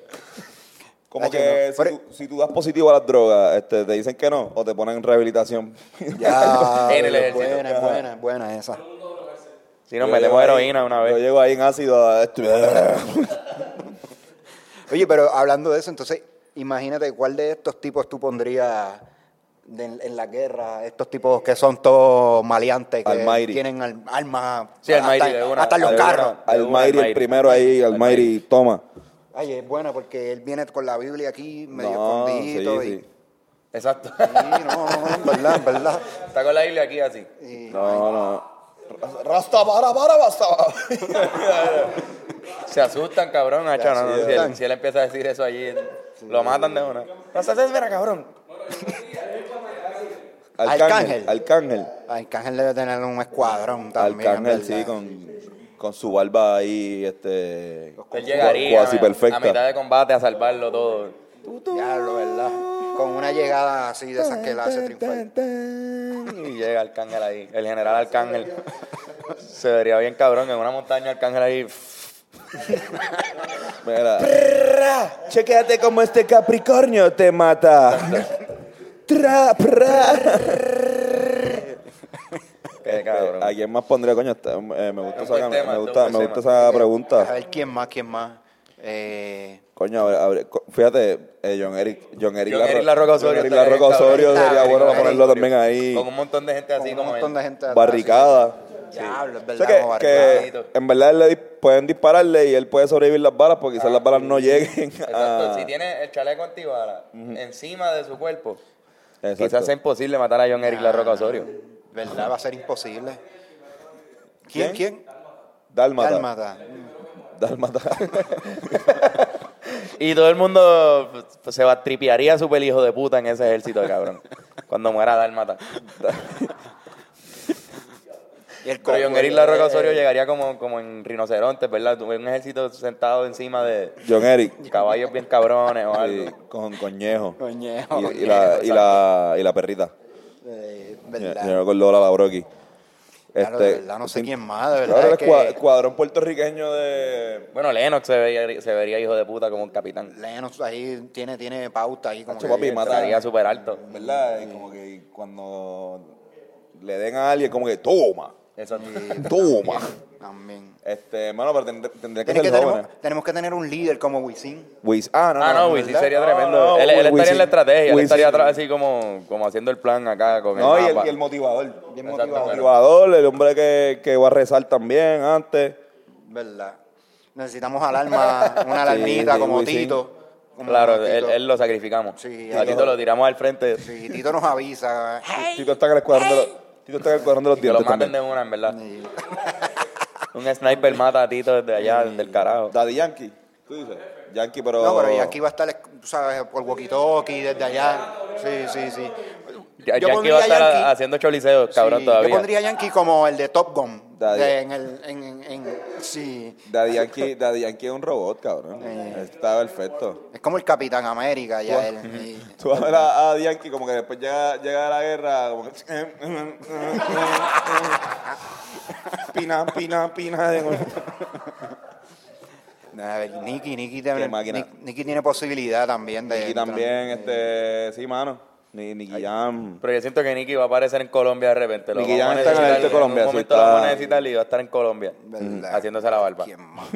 Como
Ay,
que
no. e-
si,
Pero-
tú, si tú das positivo a las drogas, este, te dicen que no, o te ponen en rehabilitación.
Ya,
En el
es
ejército.
buena, es buena, es buena esa.
Si nos
Yo
metemos
llego ahí-
heroína una
Yo
vez.
llego ahí en ácido a
Oye, pero hablando de eso, entonces, imagínate cuál de estos tipos tú pondrías de- en la guerra, estos tipos que son todos maleantes, que
Almighty.
tienen al- armas
Sí, Almighty,
hasta,
de una-
hasta en los
de una.
carros.
Al Mayri, el
Almighty.
primero ahí, al Mayri, toma.
Ay, es buena porque él viene con la Biblia aquí, medio
No,
escondido.
sí,
y,
sí.
Exacto.
Sí, no, no, no, en verdad, en verdad.
Está con la Biblia aquí así.
Y-
No, no. Rasta, bara, bara, basta.
Se asustan, cabrón. hacho, no, no, si,
asustan.
él, si él empieza a decir eso allí, lo matan de una. No se espera, cabrón.
Arcángel.
Arcángel.
Arcángel.
Arcángel debe tener un escuadrón también. en
Arcángel, sí,
verdad.
con, con su barba ahí, este.
Él llegaría
Cuasi
a mitad
perfecta.
de combate a salvarlo todo.
Diablo, ¿verdad? Con una llegada así de esas que la hace triunfar.
Y llega Arcángel ahí. El general Arcángel. Se vería bien cabrón en una montaña Arcángel ahí.
Mira. Chequéate como este Capricornio te mata. Tra,
Qué cabrón.
¿A quién más pondría, coño? Está- eh, me gusta,
Es un
esa,
buen tema,
me
es un
gusta,
buen
me gusta
tema.
esa
A
pregunta.
ver, ¿quién más? ¿Quién más? Eh,
Coño, abre- abre- co- fíjate, eh, John Eric, John Eric,
John
Larro-
Eric Larroca Osorio
John Eric
estaría
Larroca
bien, cabrón.
Osorio
Está
sería
bien,
bueno para
John Eric.
ponerlo también ahí.
Con un montón de gente así
con un
como
montón
él.
de gente. atrás,
barricada.
sí. Diablo, es
O sea
verdad.
que,
como
que
barricada.
en verdad le di- pueden dispararle y él puede sobrevivir las balas porque quizás las balas no lleguen
Ah, Exacto.
a...
Si tiene el chaleco antibala encima de su cuerpo,
Exacto. Ah.
quizás sea imposible matar a John Eric Larroca Osorio.
¿Verdad? Va a ser imposible. ¿Quién? ¿Quién?
Dálmata.
Dálmata.
Dálmata.
Y todo el mundo pues, se va, tripearía súper hijo de puta en ese ejército, cabrón. Cuando muera Dálmata.
Y el
Pero John Eric
cojo, el-
eh,
Larroca Osorio llegaría como, como en rinocerontes, ¿verdad? Un ejército sentado encima de
John Eric.
caballos bien cabrones o algo.
Sí, con coñejo.
Coñejo.
Y, y la, y, la, y la perrita.
Eh,
Yo
¿Verdad?
no con Lola, la broqui.
Claro, de verdad, no sé quién más, de
este,
verdad,
Ahora el
es que-
cua- cuadrón puertorriqueño de...
Bueno, Lennox se vería, se vería hijo de puta como un capitán.
Lennox ahí tiene, tiene pauta ahí como
Hacho,
que
papi,
bien.
mata-
Estaría súper alto.
¿Verdad? Y Como que cuando le den a alguien, como que toma,
Eso
toma.
también.
Este, hermano, pero tendría, tendría que
Tiene
ser
que
jóvenes.
tenemos, tenemos que tener un líder como Wisin.
Wiz- Ah, no,
Ah, no,
no,
Wisin
¿verdad?
sería
No,
tremendo.
no,
él, él
Wisin-
estaría en la estrategia, él
Wisin-
estaría atrás así como, como haciendo el plan acá con
No, y
el
el,
mapa.
y el motivador.
Bien
Exacto,
motivado.
claro.
motivador, el hombre que, que va a rezar también antes.
¿Verdad? Necesitamos alarma, una alarmita
sí,
como
Wisin.
Tito. como
Claro,
Tito.
él, él lo sacrificamos.
Sí,
Aquí
él
te lo tiramos al frente.
Sí, Tito nos avisa.
Tito está en el escuadrón de los, Tito está en el escuadrón de los
Que lo
dientes
maten de
también.
una, en verdad.
Y-
Un sniper mata a Tito desde allá, desde el carajo.
Daddy Yankee. ¿Tú dices? Yankee, pero...
No, pero y aquí va a estar, tú sabes, por walkie-talkie, desde allá. Sí, sí, sí.
Ya,
Yo
Yankee
pondría
va a estar
Yankee-
haciendo choliseos, cabrón,
sí,
todavía.
Yo pondría a Yankee como el de Top Gun.
Daddy.
de- en el, en, en- en- sí.
Daddy Yankee, Daddy Yankee es un robot, cabrón.
Eh.
Está perfecto.
Es como el Capitán América ya él. sí.
Tú vas a ver a, a Yankee como que después llega, llega la guerra, como que... eh, pina, pina, pina. de golpe.
A ver, Nicky, Nicky,
Qué
tiene,
máquina.
Nicky- Nicky tiene posibilidad también de...
Nicky
entrar.
también, este... Sí, mano. Ni- Nicky Jam.
Pero yo siento que Nicky va a aparecer en Colombia de repente. Lo
Nicky
vamos
ya
a
está en el
necesitar,
este Colombia,
En
sí,
un momento lo vamos a
está-
necesitar y va a estar en Colombia
¿Verdad?
haciéndose la barba.
¿Quién más?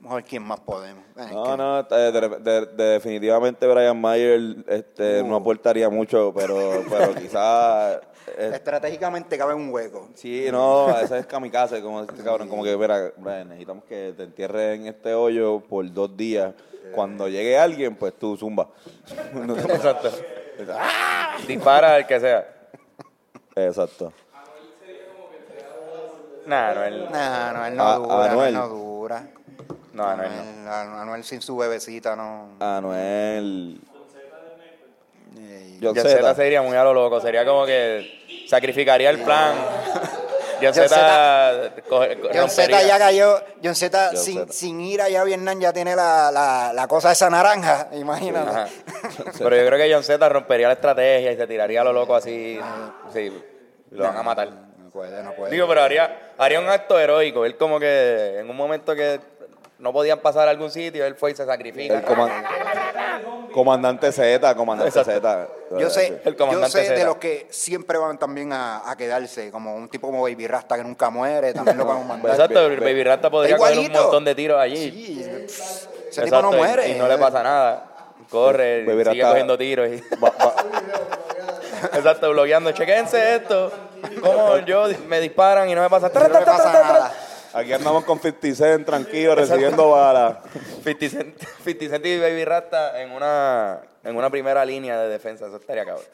Mejor quién más podemos. Eh,
No,
que-
no, eh, de- de- de- definitivamente Brian Mayer este, no aportaría mucho, pero, pero quizás... eh,
Estratégicamente cabe un hueco.
sí, no, esa es kamikaze, como este cabrón, como que, mira, Brian, necesitamos que te entierren en este hoyo por dos días. Cuando llegue alguien, pues tú zumba. No te-
Exacto. Dispara al que sea.
Exacto.
Nah, no, él,
No, no, él no
A-
dura,
Anuel.
no, él no dura.
no, no, él no.
Anuel- Anuel sin su bebecita no.
Anuel.
Eh,
John
John
Zeta.
Z sería muy a lo loco, sería como que sacrificaría el plan. John Z
John Z ya cayó, John Z
John
sin,
Zeta.
sin ir allá a Vietnam ya tiene la, la, la cosa esa naranja, imagínate.
Pero yo creo que John Z rompería la estrategia y se tiraría a lo loco así. Sí, lo van a matar.
No puede, no puede.
Digo, pero haría, haría un acto heroico. Él como que en un momento que no podían pasar a algún sitio, él fue y se sacrifica.
El coman- comandante Z, comandante
Exacto.
Z.
yo sé,
El
yo
comandante
sé de
Zeta.
los que siempre van también a, a quedarse, como un tipo como Baby Rasta que nunca muere, también lo podemos mandar.
Pues Exacto, Baby Rasta podría
Está
coger un
igualito.
montón de tiros allí.
Sí, ese ese tipo
Exacto,
no
y-
muere.
Y, no le pasa nada. Corre,
Baby
sigue
Rasta-
cogiendo tiros. y- Exacto, blogueando. Chequense esto. Como yo me disparan y no me pasa.
No le pasa nada.
Aquí andamos con 50 Cent, tranquilos, recibiendo balas.
50 Cent, 50 Cent y Baby Rasta en una, en una primera línea de defensa. Eso estaría cabrón.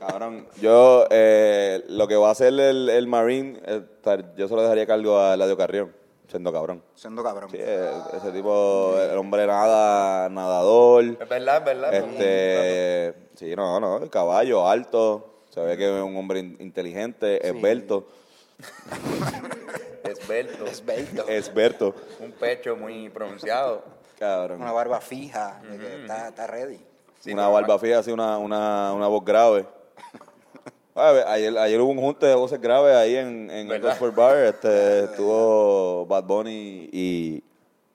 Cabrón, yo eh, lo que va a hacer el, el Marine, eh, tar- yo se lo dejaría a cargo a Eladio Carrión, siendo cabrón.
Siendo cabrón.
Sí, eh, ese tipo, el hombre nada, nadador.
Es verdad, es verdad.
Este, sí, no, no, el caballo, alto. Se ve que es un hombre in- inteligente, esbelto,
Esbelto.
Esbelto.
esberto.
Un pecho muy pronunciado.
Cabrón.
Una barba fija, de que está, está ready.
Sí,
una
pero-
barba fija, así, una, una, una voz grave. A ver, ayer, ayer hubo un junte de voces graves ahí en, en el
¿Verdad?
Gosport Bar. Este, estuvo Bad Bunny y,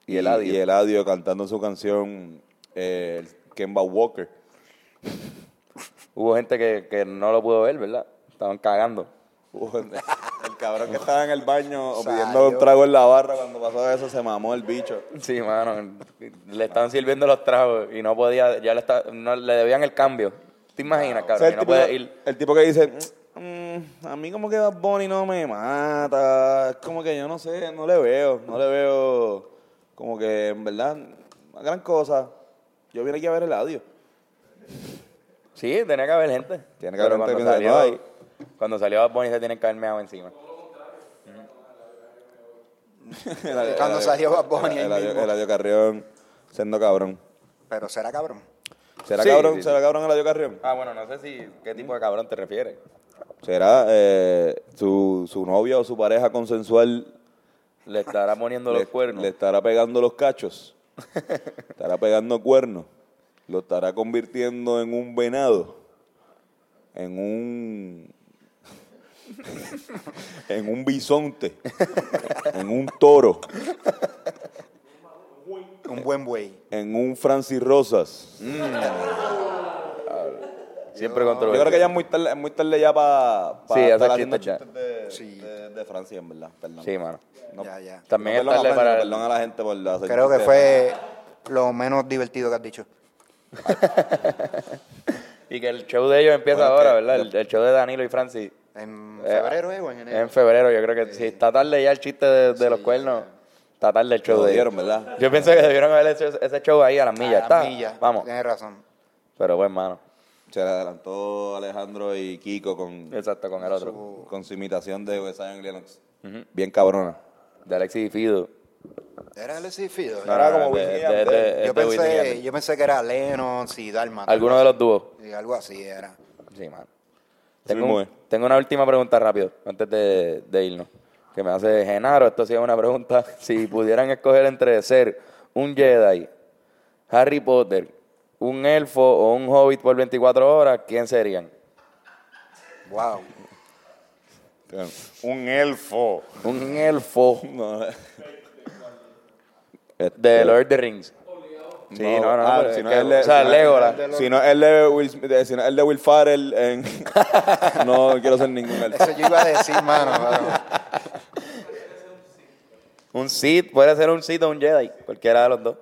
Y Eladio.
y Eladio cantando su canción eh, Kemba Walker.
Hubo gente que, que no lo pudo ver, ¿verdad? Estaban cagando.
El cabrón que estaba en el baño o pidiendo
Salió.
un trago en la barra cuando pasó eso se mamó el bicho.
Sí, mano. Le estaban sirviendo los tragos y no podía, ya le, está- no, le debían el cambio. ¿Te imaginas,
O sea,
cabrón? Y
el,
no
tipo,
puede ir.
el tipo que dice, "Mm, a mí como que Bad Bunny no me mata, es como que yo no sé, no le veo, no le veo como que en verdad, una gran cosa. Yo vine aquí a ver el audio.
Sí, tenía que haber gente.
Tiene que haber
Pero
gente
cuando
que
salió,
piensa,
cuando salió Bad Bunny se tienen que haber meado encima.
Cuando salió Bad Bunny ahí
El audio,
mismo.
el audio Carrión, siendo cabrón.
Pero será cabrón.
¿Será
Sí,
cabrón?
sí,
¿Será cabrón el audio Carrión?
Ah, bueno, no sé si qué tipo de cabrón te refieres.
¿Será eh, su, su novia o su pareja consensual
Le estará poniendo los
le,
cuernos.
le estará pegando los cachos. estará pegando cuernos. Lo estará convirtiendo en un venado. En un. en un bisonte. en un toro.
Eh,
Un buen buey.
En un Francis Rosas.
Siempre
Yo
controversial.
creo que ya es muy tarde, es muy tarde ya para
Sí, ya
estar
está
haciendo
chiste ya.
chistes de,
Sí.
de- de Francia, en verdad. Perdón.
Sí, mano.
No,
Ya, ya.
También es
perdón,
tarde
a Francia,
para...
perdón a la gente por hacer
Creo que
chistes.
fue lo menos divertido que has dicho.
Y que el show de ellos empieza
Bueno, es
ahora,
que-
¿verdad? El, el show de Danilo y Francis.
En
Eh,
febrero eh, o en enero.
En febrero, yo creo que si está tarde ya el chiste de, de los cuernos, está tarde el show
Lo
de ellos.
dieron, ¿verdad?
Yo pienso que debieron haber hecho ese- ese show ahí a las millas.
A
está.
las millas.
Vamos.
Ah, Tienes razón.
Pero bueno, mano.
Se le adelantó Alejandro y Kiko con,
Exacto, con el otro.
con su imitación de Wes Zion Lennox. Bien cabrona.
De Alexis y Fido.
Era Alexis Fido.
No, este
Era
no, no,
como
de-
Whitney
de-
Yandel.
de- es de
yo,
Whitney
pensé,
Yandel.
yo pensé que era Lennox y Dalma.
Alguno de los dúos.
Y algo así era.
Sí, mano.
Sí,
Tengo,
muy.
un- tengo una última pregunta rápido, antes de, de irnos. Que me hace Genaro, esto sí es una pregunta. Si pudieran escoger entre ser un Jedi, Harry Potter, un elfo o un hobbit por 24 horas, ¿quién serían?
Wow.
Un elfo.
Un elfo
No. eh.
de Lord of the Rings. Sí, no, no,
ah,
pero
si
es
no
que-
es el de-
o sea,
si no-
Legolas.
Si no es el de Will, Smith- eh, si no es el de Will Farrell, en- no quiero ser ningún elfo.
Eso yo iba a decir, mano. pero-
Un Sith, puede ser un Sith o un Jedi, cualquiera de los dos.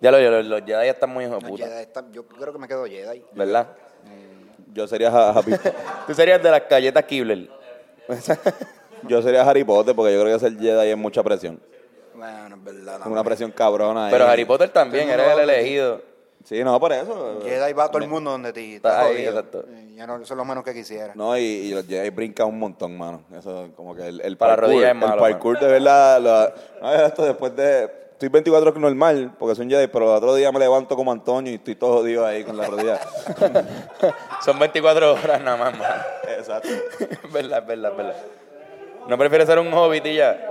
Ya lo, los, los Jedi están muy hijos de
No,
puta,
Jedi está- yo creo que me quedo Jedi.
¿verdad?
Yo sería Ja- Happy.
Tú serías de las galletas Kibler.
yo sería Harry Potter porque yo creo que ser Jedi es mucha presión.
Bueno, es verdad.
Es
no,
una presión cabrona. ahí.
Pero Harry Potter también,
Todo el
eres
mundo
el
va-
elegido.
Sí, no, por eso.
Jedi va a todo el mundo donde ti.
Está
Está
ahí,
jodido.
exacto.
Eh, Ya no, eso es lo menos que quisiera.
No, y, y los Jedi brincan un montón, mano. Eso, como que el, el
Para
parkour.
rodillas es
el
malo,
parkour, de verdad. la- no, esto después de. Estoy 24 horas normal, porque soy un Jedi, pero el otro día me levanto como Antonio y estoy todo jodido ahí con la rodilla.
Son 24 horas nada más, mano.
Exacto.
Es verdad, es verdad, es verdad. ¿No prefieres ser un hobbit y ya?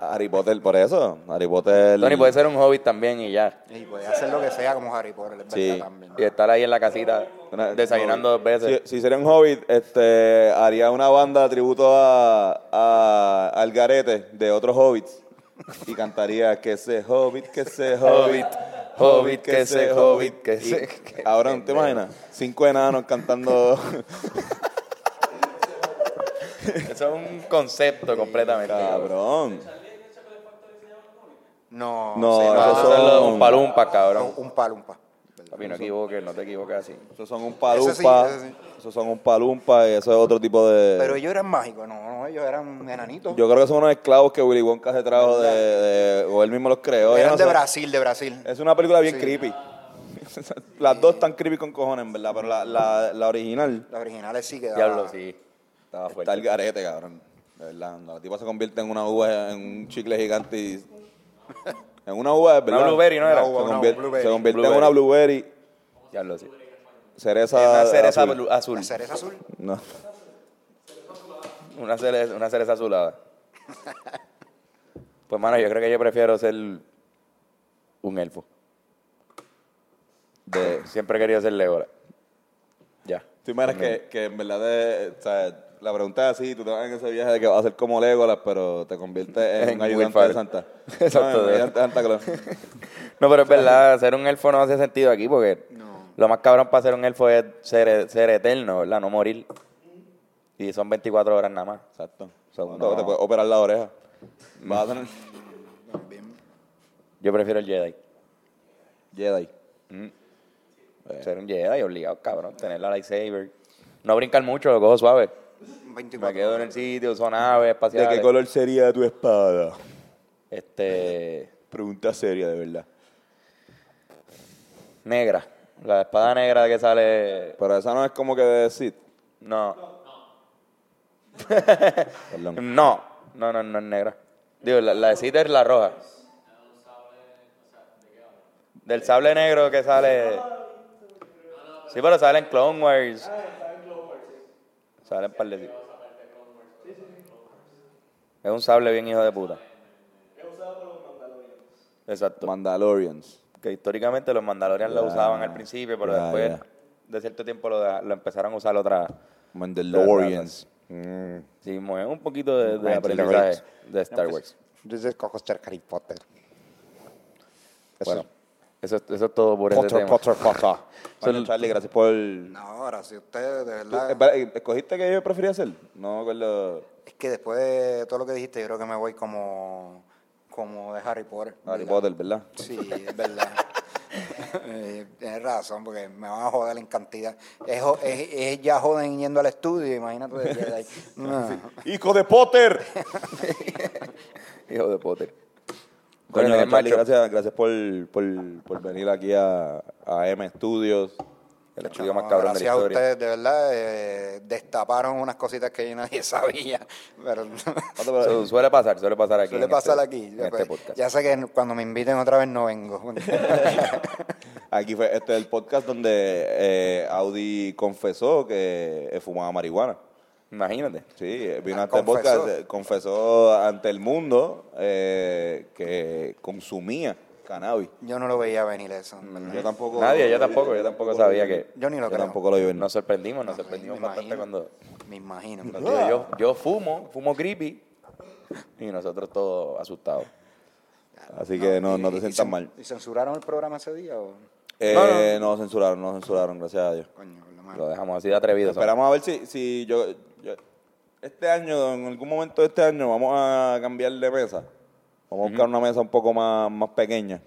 Harry Potter, por eso. Harry Potter.
Tony puede ser un hobbit también y ya.
Y puede hacer lo que sea como Harry Potter, es
Sí.
verdad también.
Y estar ahí en la casita
Una-
desayunando dos veces.
Si, si sería un hobbit, este, haría una banda de tributo a, a- al garete de otros hobbits. Y cantaría que se hobbit, que se hobbit,
Hobbit, que se hobbit, que
Y
se-
Ahora, ¿te imaginas? Cinco enanos cantando.
Eso es un concepto completamente.
Cabrón.
No,
No,
sí,
No,
esos
eso es
son-
lo- un palumpa,
no,
cabrón.
un palumpa.
Papi, no equivoques, no te equivoques así.
Esos son un
Ese sí,
palumpa.
ese sí.
Esos son un palumpa y eso es otro tipo de.
Pero ellos eran mágicos, no, no, ellos eran enanitos.
Yo creo que son unos esclavos que Willy Wonka se trajo de, de- o él mismo los creó. yo
eran
no
de
sé.
Brasil, de Brasil.
Es una película bien
Sí.
creepy. Las dos están creepy con cojones, en verdad, pero la, la, la original
Los originales sí quedaban.
Diablo, sí. Estaba
está el
fuerte.
garete, cabrón. De verdad, cuando la tipa se convierte en una uva, en un chicle gigante y... En una uva, es verdad.
blueberry, ¿no era?
Se
Una uva, una
convierte,
blueberry.
se convierte en
Blueberry.
una blueberry,
Diablo, sí.
cereza...
Una cereza
Ah, azul.
blu- azul.
La cereza azul.
No.
Una cereza, una cereza azulada. Pues, mano, yo creo que yo prefiero ser un elfo. De- siempre he querido ser Legolas. Ya.
Tú imaginas que, que en verdad de- o sea, la pregunta es así, tú te vas en ese viaje de que vas a ser como Legolas, pero te conviertes en,
En
un ayudante
Will
de Santa.
Exacto.
No, en un ayudante de Santa Claus.
No, pero es verdad, ser un elfo no hace sentido aquí porque lo más cabrón para ser un elfo es ser, ser eterno, ¿verdad? No morir. Y son 24 horas nada más.
Exacto.
So,
No,
no.
Te puedes operar la oreja. Vas a tener...
Yo prefiero el Jedi.
Jedi.
Ser un Jedi obligado, cabrón. Tener la lightsaber. No brincar mucho, lo cojo suave.
24.
Me quedo en el sitio, uso naves
¿De
espaciales.
qué color sería tu espada?
Este.
Pregunta seria, de verdad.
Negra. La espada negra que sale.
Pero esa no es como que de Sith.
No.
Perdón.
No. No, no, no es negra. Digo, la, la de Sith es la roja. Del sable negro que sale. Sí, pero sale en Clone Wars. Sale en par de Es un sable bien hijo de puta. Exacto.
Mandalorians.
que históricamente los mandalorians lo
Ya,
usaban al principio, pero
ya,
después
ya.
de cierto tiempo lo, da- lo empezaron a usar otra.
Mandalorians. Mm.
Sí, mo- es un poquito de, de
Mandalorians.
aprendizaje de Star Wars.
Yo te cojo ser Harry Potter.
Bueno, eso, es- eso es todo por ese
Potter,
tema.
Potter, Potter. Bueno, Charlie, gracias por...
No, ahora si ustedes, de
Tú, eh,
verdad.
espera, ¿Escogiste que yo prefería hacer? No me acuerdo.
Es que después de todo lo que dijiste, yo creo que me voy como, como de Harry Potter.
Harry Potter,
¿verdad?
¿verdad?
Sí, es verdad. Eh, Tienes razón, porque me van a joder en cantidad. Es, jo- es- es ya joden yendo al estudio, imagínate. de Jedi. No.
¡Hijo de Potter!
Hijo de Potter.
Coño,
Bueno,
Charlie,
macho.
gracias, gracias por, por, por venir aquí a, a M Studios.
El estudio más
No,
cabrón de la
gracias a
historia.
ustedes, de verdad, eh, destaparon unas cositas que nadie sabía. Pero
Su- suele pasar, suele pasar aquí.
suele
en este-
pasar aquí.
en
Ya,
este
pues,
podcast.
ya sé que cuando me inviten otra vez no vengo.
Aquí fue este es el podcast donde eh, Audi confesó que eh, fumaba marihuana.
Imagínate.
Sí, eh, vino
Ah,
a este
confesó.
podcast, eh, confesó ante el mundo eh, que consumía cannabis.
Yo no lo veía venir eso. en verdad.
Yo tampoco.
Nadie, Mm, yo tampoco, yo tampoco sabía que-
Yo ni lo creo.
tampoco lo vi venir.
Nos sorprendimos, nos
Ah, Me
sorprendimos
imagino.
bastante cuando
Me imagino.
nos dijo, yo, yo fumo, fumo creepy. Y nosotros todos asustados.
Así que
Ah,
no, no
¿Y-
te
y
sientas
cen-
mal.
¿Y censuraron el programa ese día o...?
Eh, no, censuraron, no censuraron, gracias a Dios.
Coño, por la madre.
Lo dejamos así de atrevidos. somos.
Esperamos a ver si, si yo, yo- Este año, en algún momento de este año, vamos a cambiar de mesa. Vamos a buscar una mesa un poco más, más pequeña.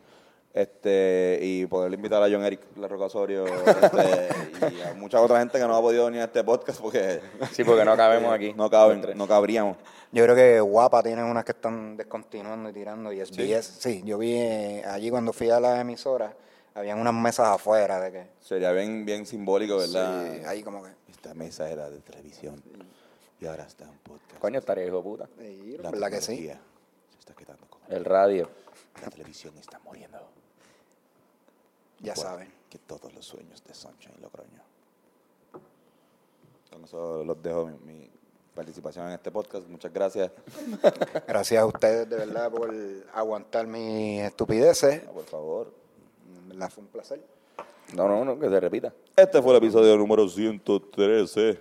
Este, y poder invitar a John Eric Larrocasorio este, y a mucha otra gente que no ha podido venir a este podcast porque
Sí, porque no cabemos aquí.
no, caben,
Entre-
no cabríamos.
Yo creo que Guapa tiene unas que están descontinuando y tirando y SBS. Sí, yo vi eh, allí cuando fui a la emisora, habían unas mesas afuera de que...
Sería bien, bien simbólico, ¿verdad?
Sí, ahí como que...
Esta mesa era de televisión y ahora está en podcast.
Coño, estaré hijo de puta.
Sí, ¿Verdad que sí?
tecnología Se está quedando con
El radio.
la televisión está muriendo.
Ya
Igual
saben.
Que todos los sueños de Sunshine Logroño. Con eso los dejo mi, mi participación en este podcast. Muchas gracias.
Gracias a ustedes de verdad por aguantar mis estupideces.
Ah, por favor.
En verdad fue un placer.
No, no, no, que se repita.
Este fue el episodio número 113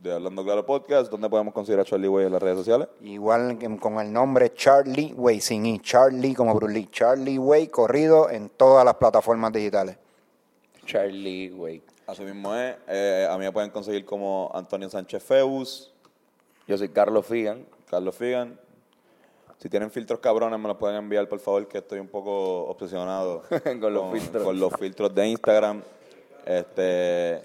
de Hablando Claro Podcast, donde podemos conseguir a Charlie Way en las redes sociales.
Igual que con el nombre Charlie Way, sin I. Charlie como Bruce Lee. Charlie Way corrido en todas las plataformas digitales.
Charlie, güey.
Así mismo es. Eh, a mí me pueden conseguir como Antonio Sánchez Feus,
Yo soy Carlos Figan.
Carlos Figan. Si tienen filtros cabrones, me los pueden enviar, por favor, que estoy un poco obsesionado
Con los filtros.
con los filtros de Instagram. Este,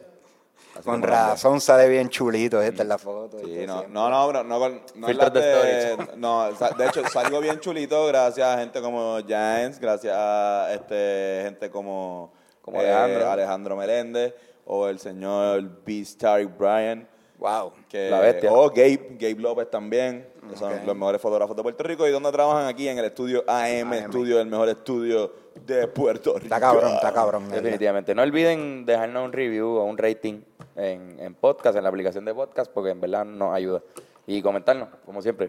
así
Con
que-
razón sale bien chulito esta es la foto.
Sí,
Este
no,
siempre.
no, no, bro, no, con- no
Filtros
las
de
no, sa- de hecho salgo bien chulito gracias a gente como Jans, gracias a este, gente como, eh,
Como Alejandro.
Alejandro Meléndez o el señor B. Star Bryan.
Wow.
Que,
La bestia.
O Gabe, Gabe López también, que son
Ok.
los mejores fotógrafos de Puerto Rico y donde trabajan aquí en el estudio AM,
AM.
estudio, el mejor estudio de Puerto Rico.
Está cabrón, está cabrón. de verdad.
Definitivamente. No olviden dejarnos un review o un rating en, en podcast, en la aplicación de podcast, porque en verdad nos ayuda. Y comentarnos, como siempre.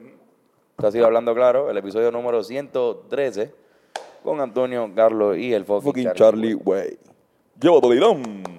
Esto ha sido Hablando Claro, el episodio número 113, con Antonio, Carlos y el Fofi
Fucking Charlie, wey. Llévatelo, Irán.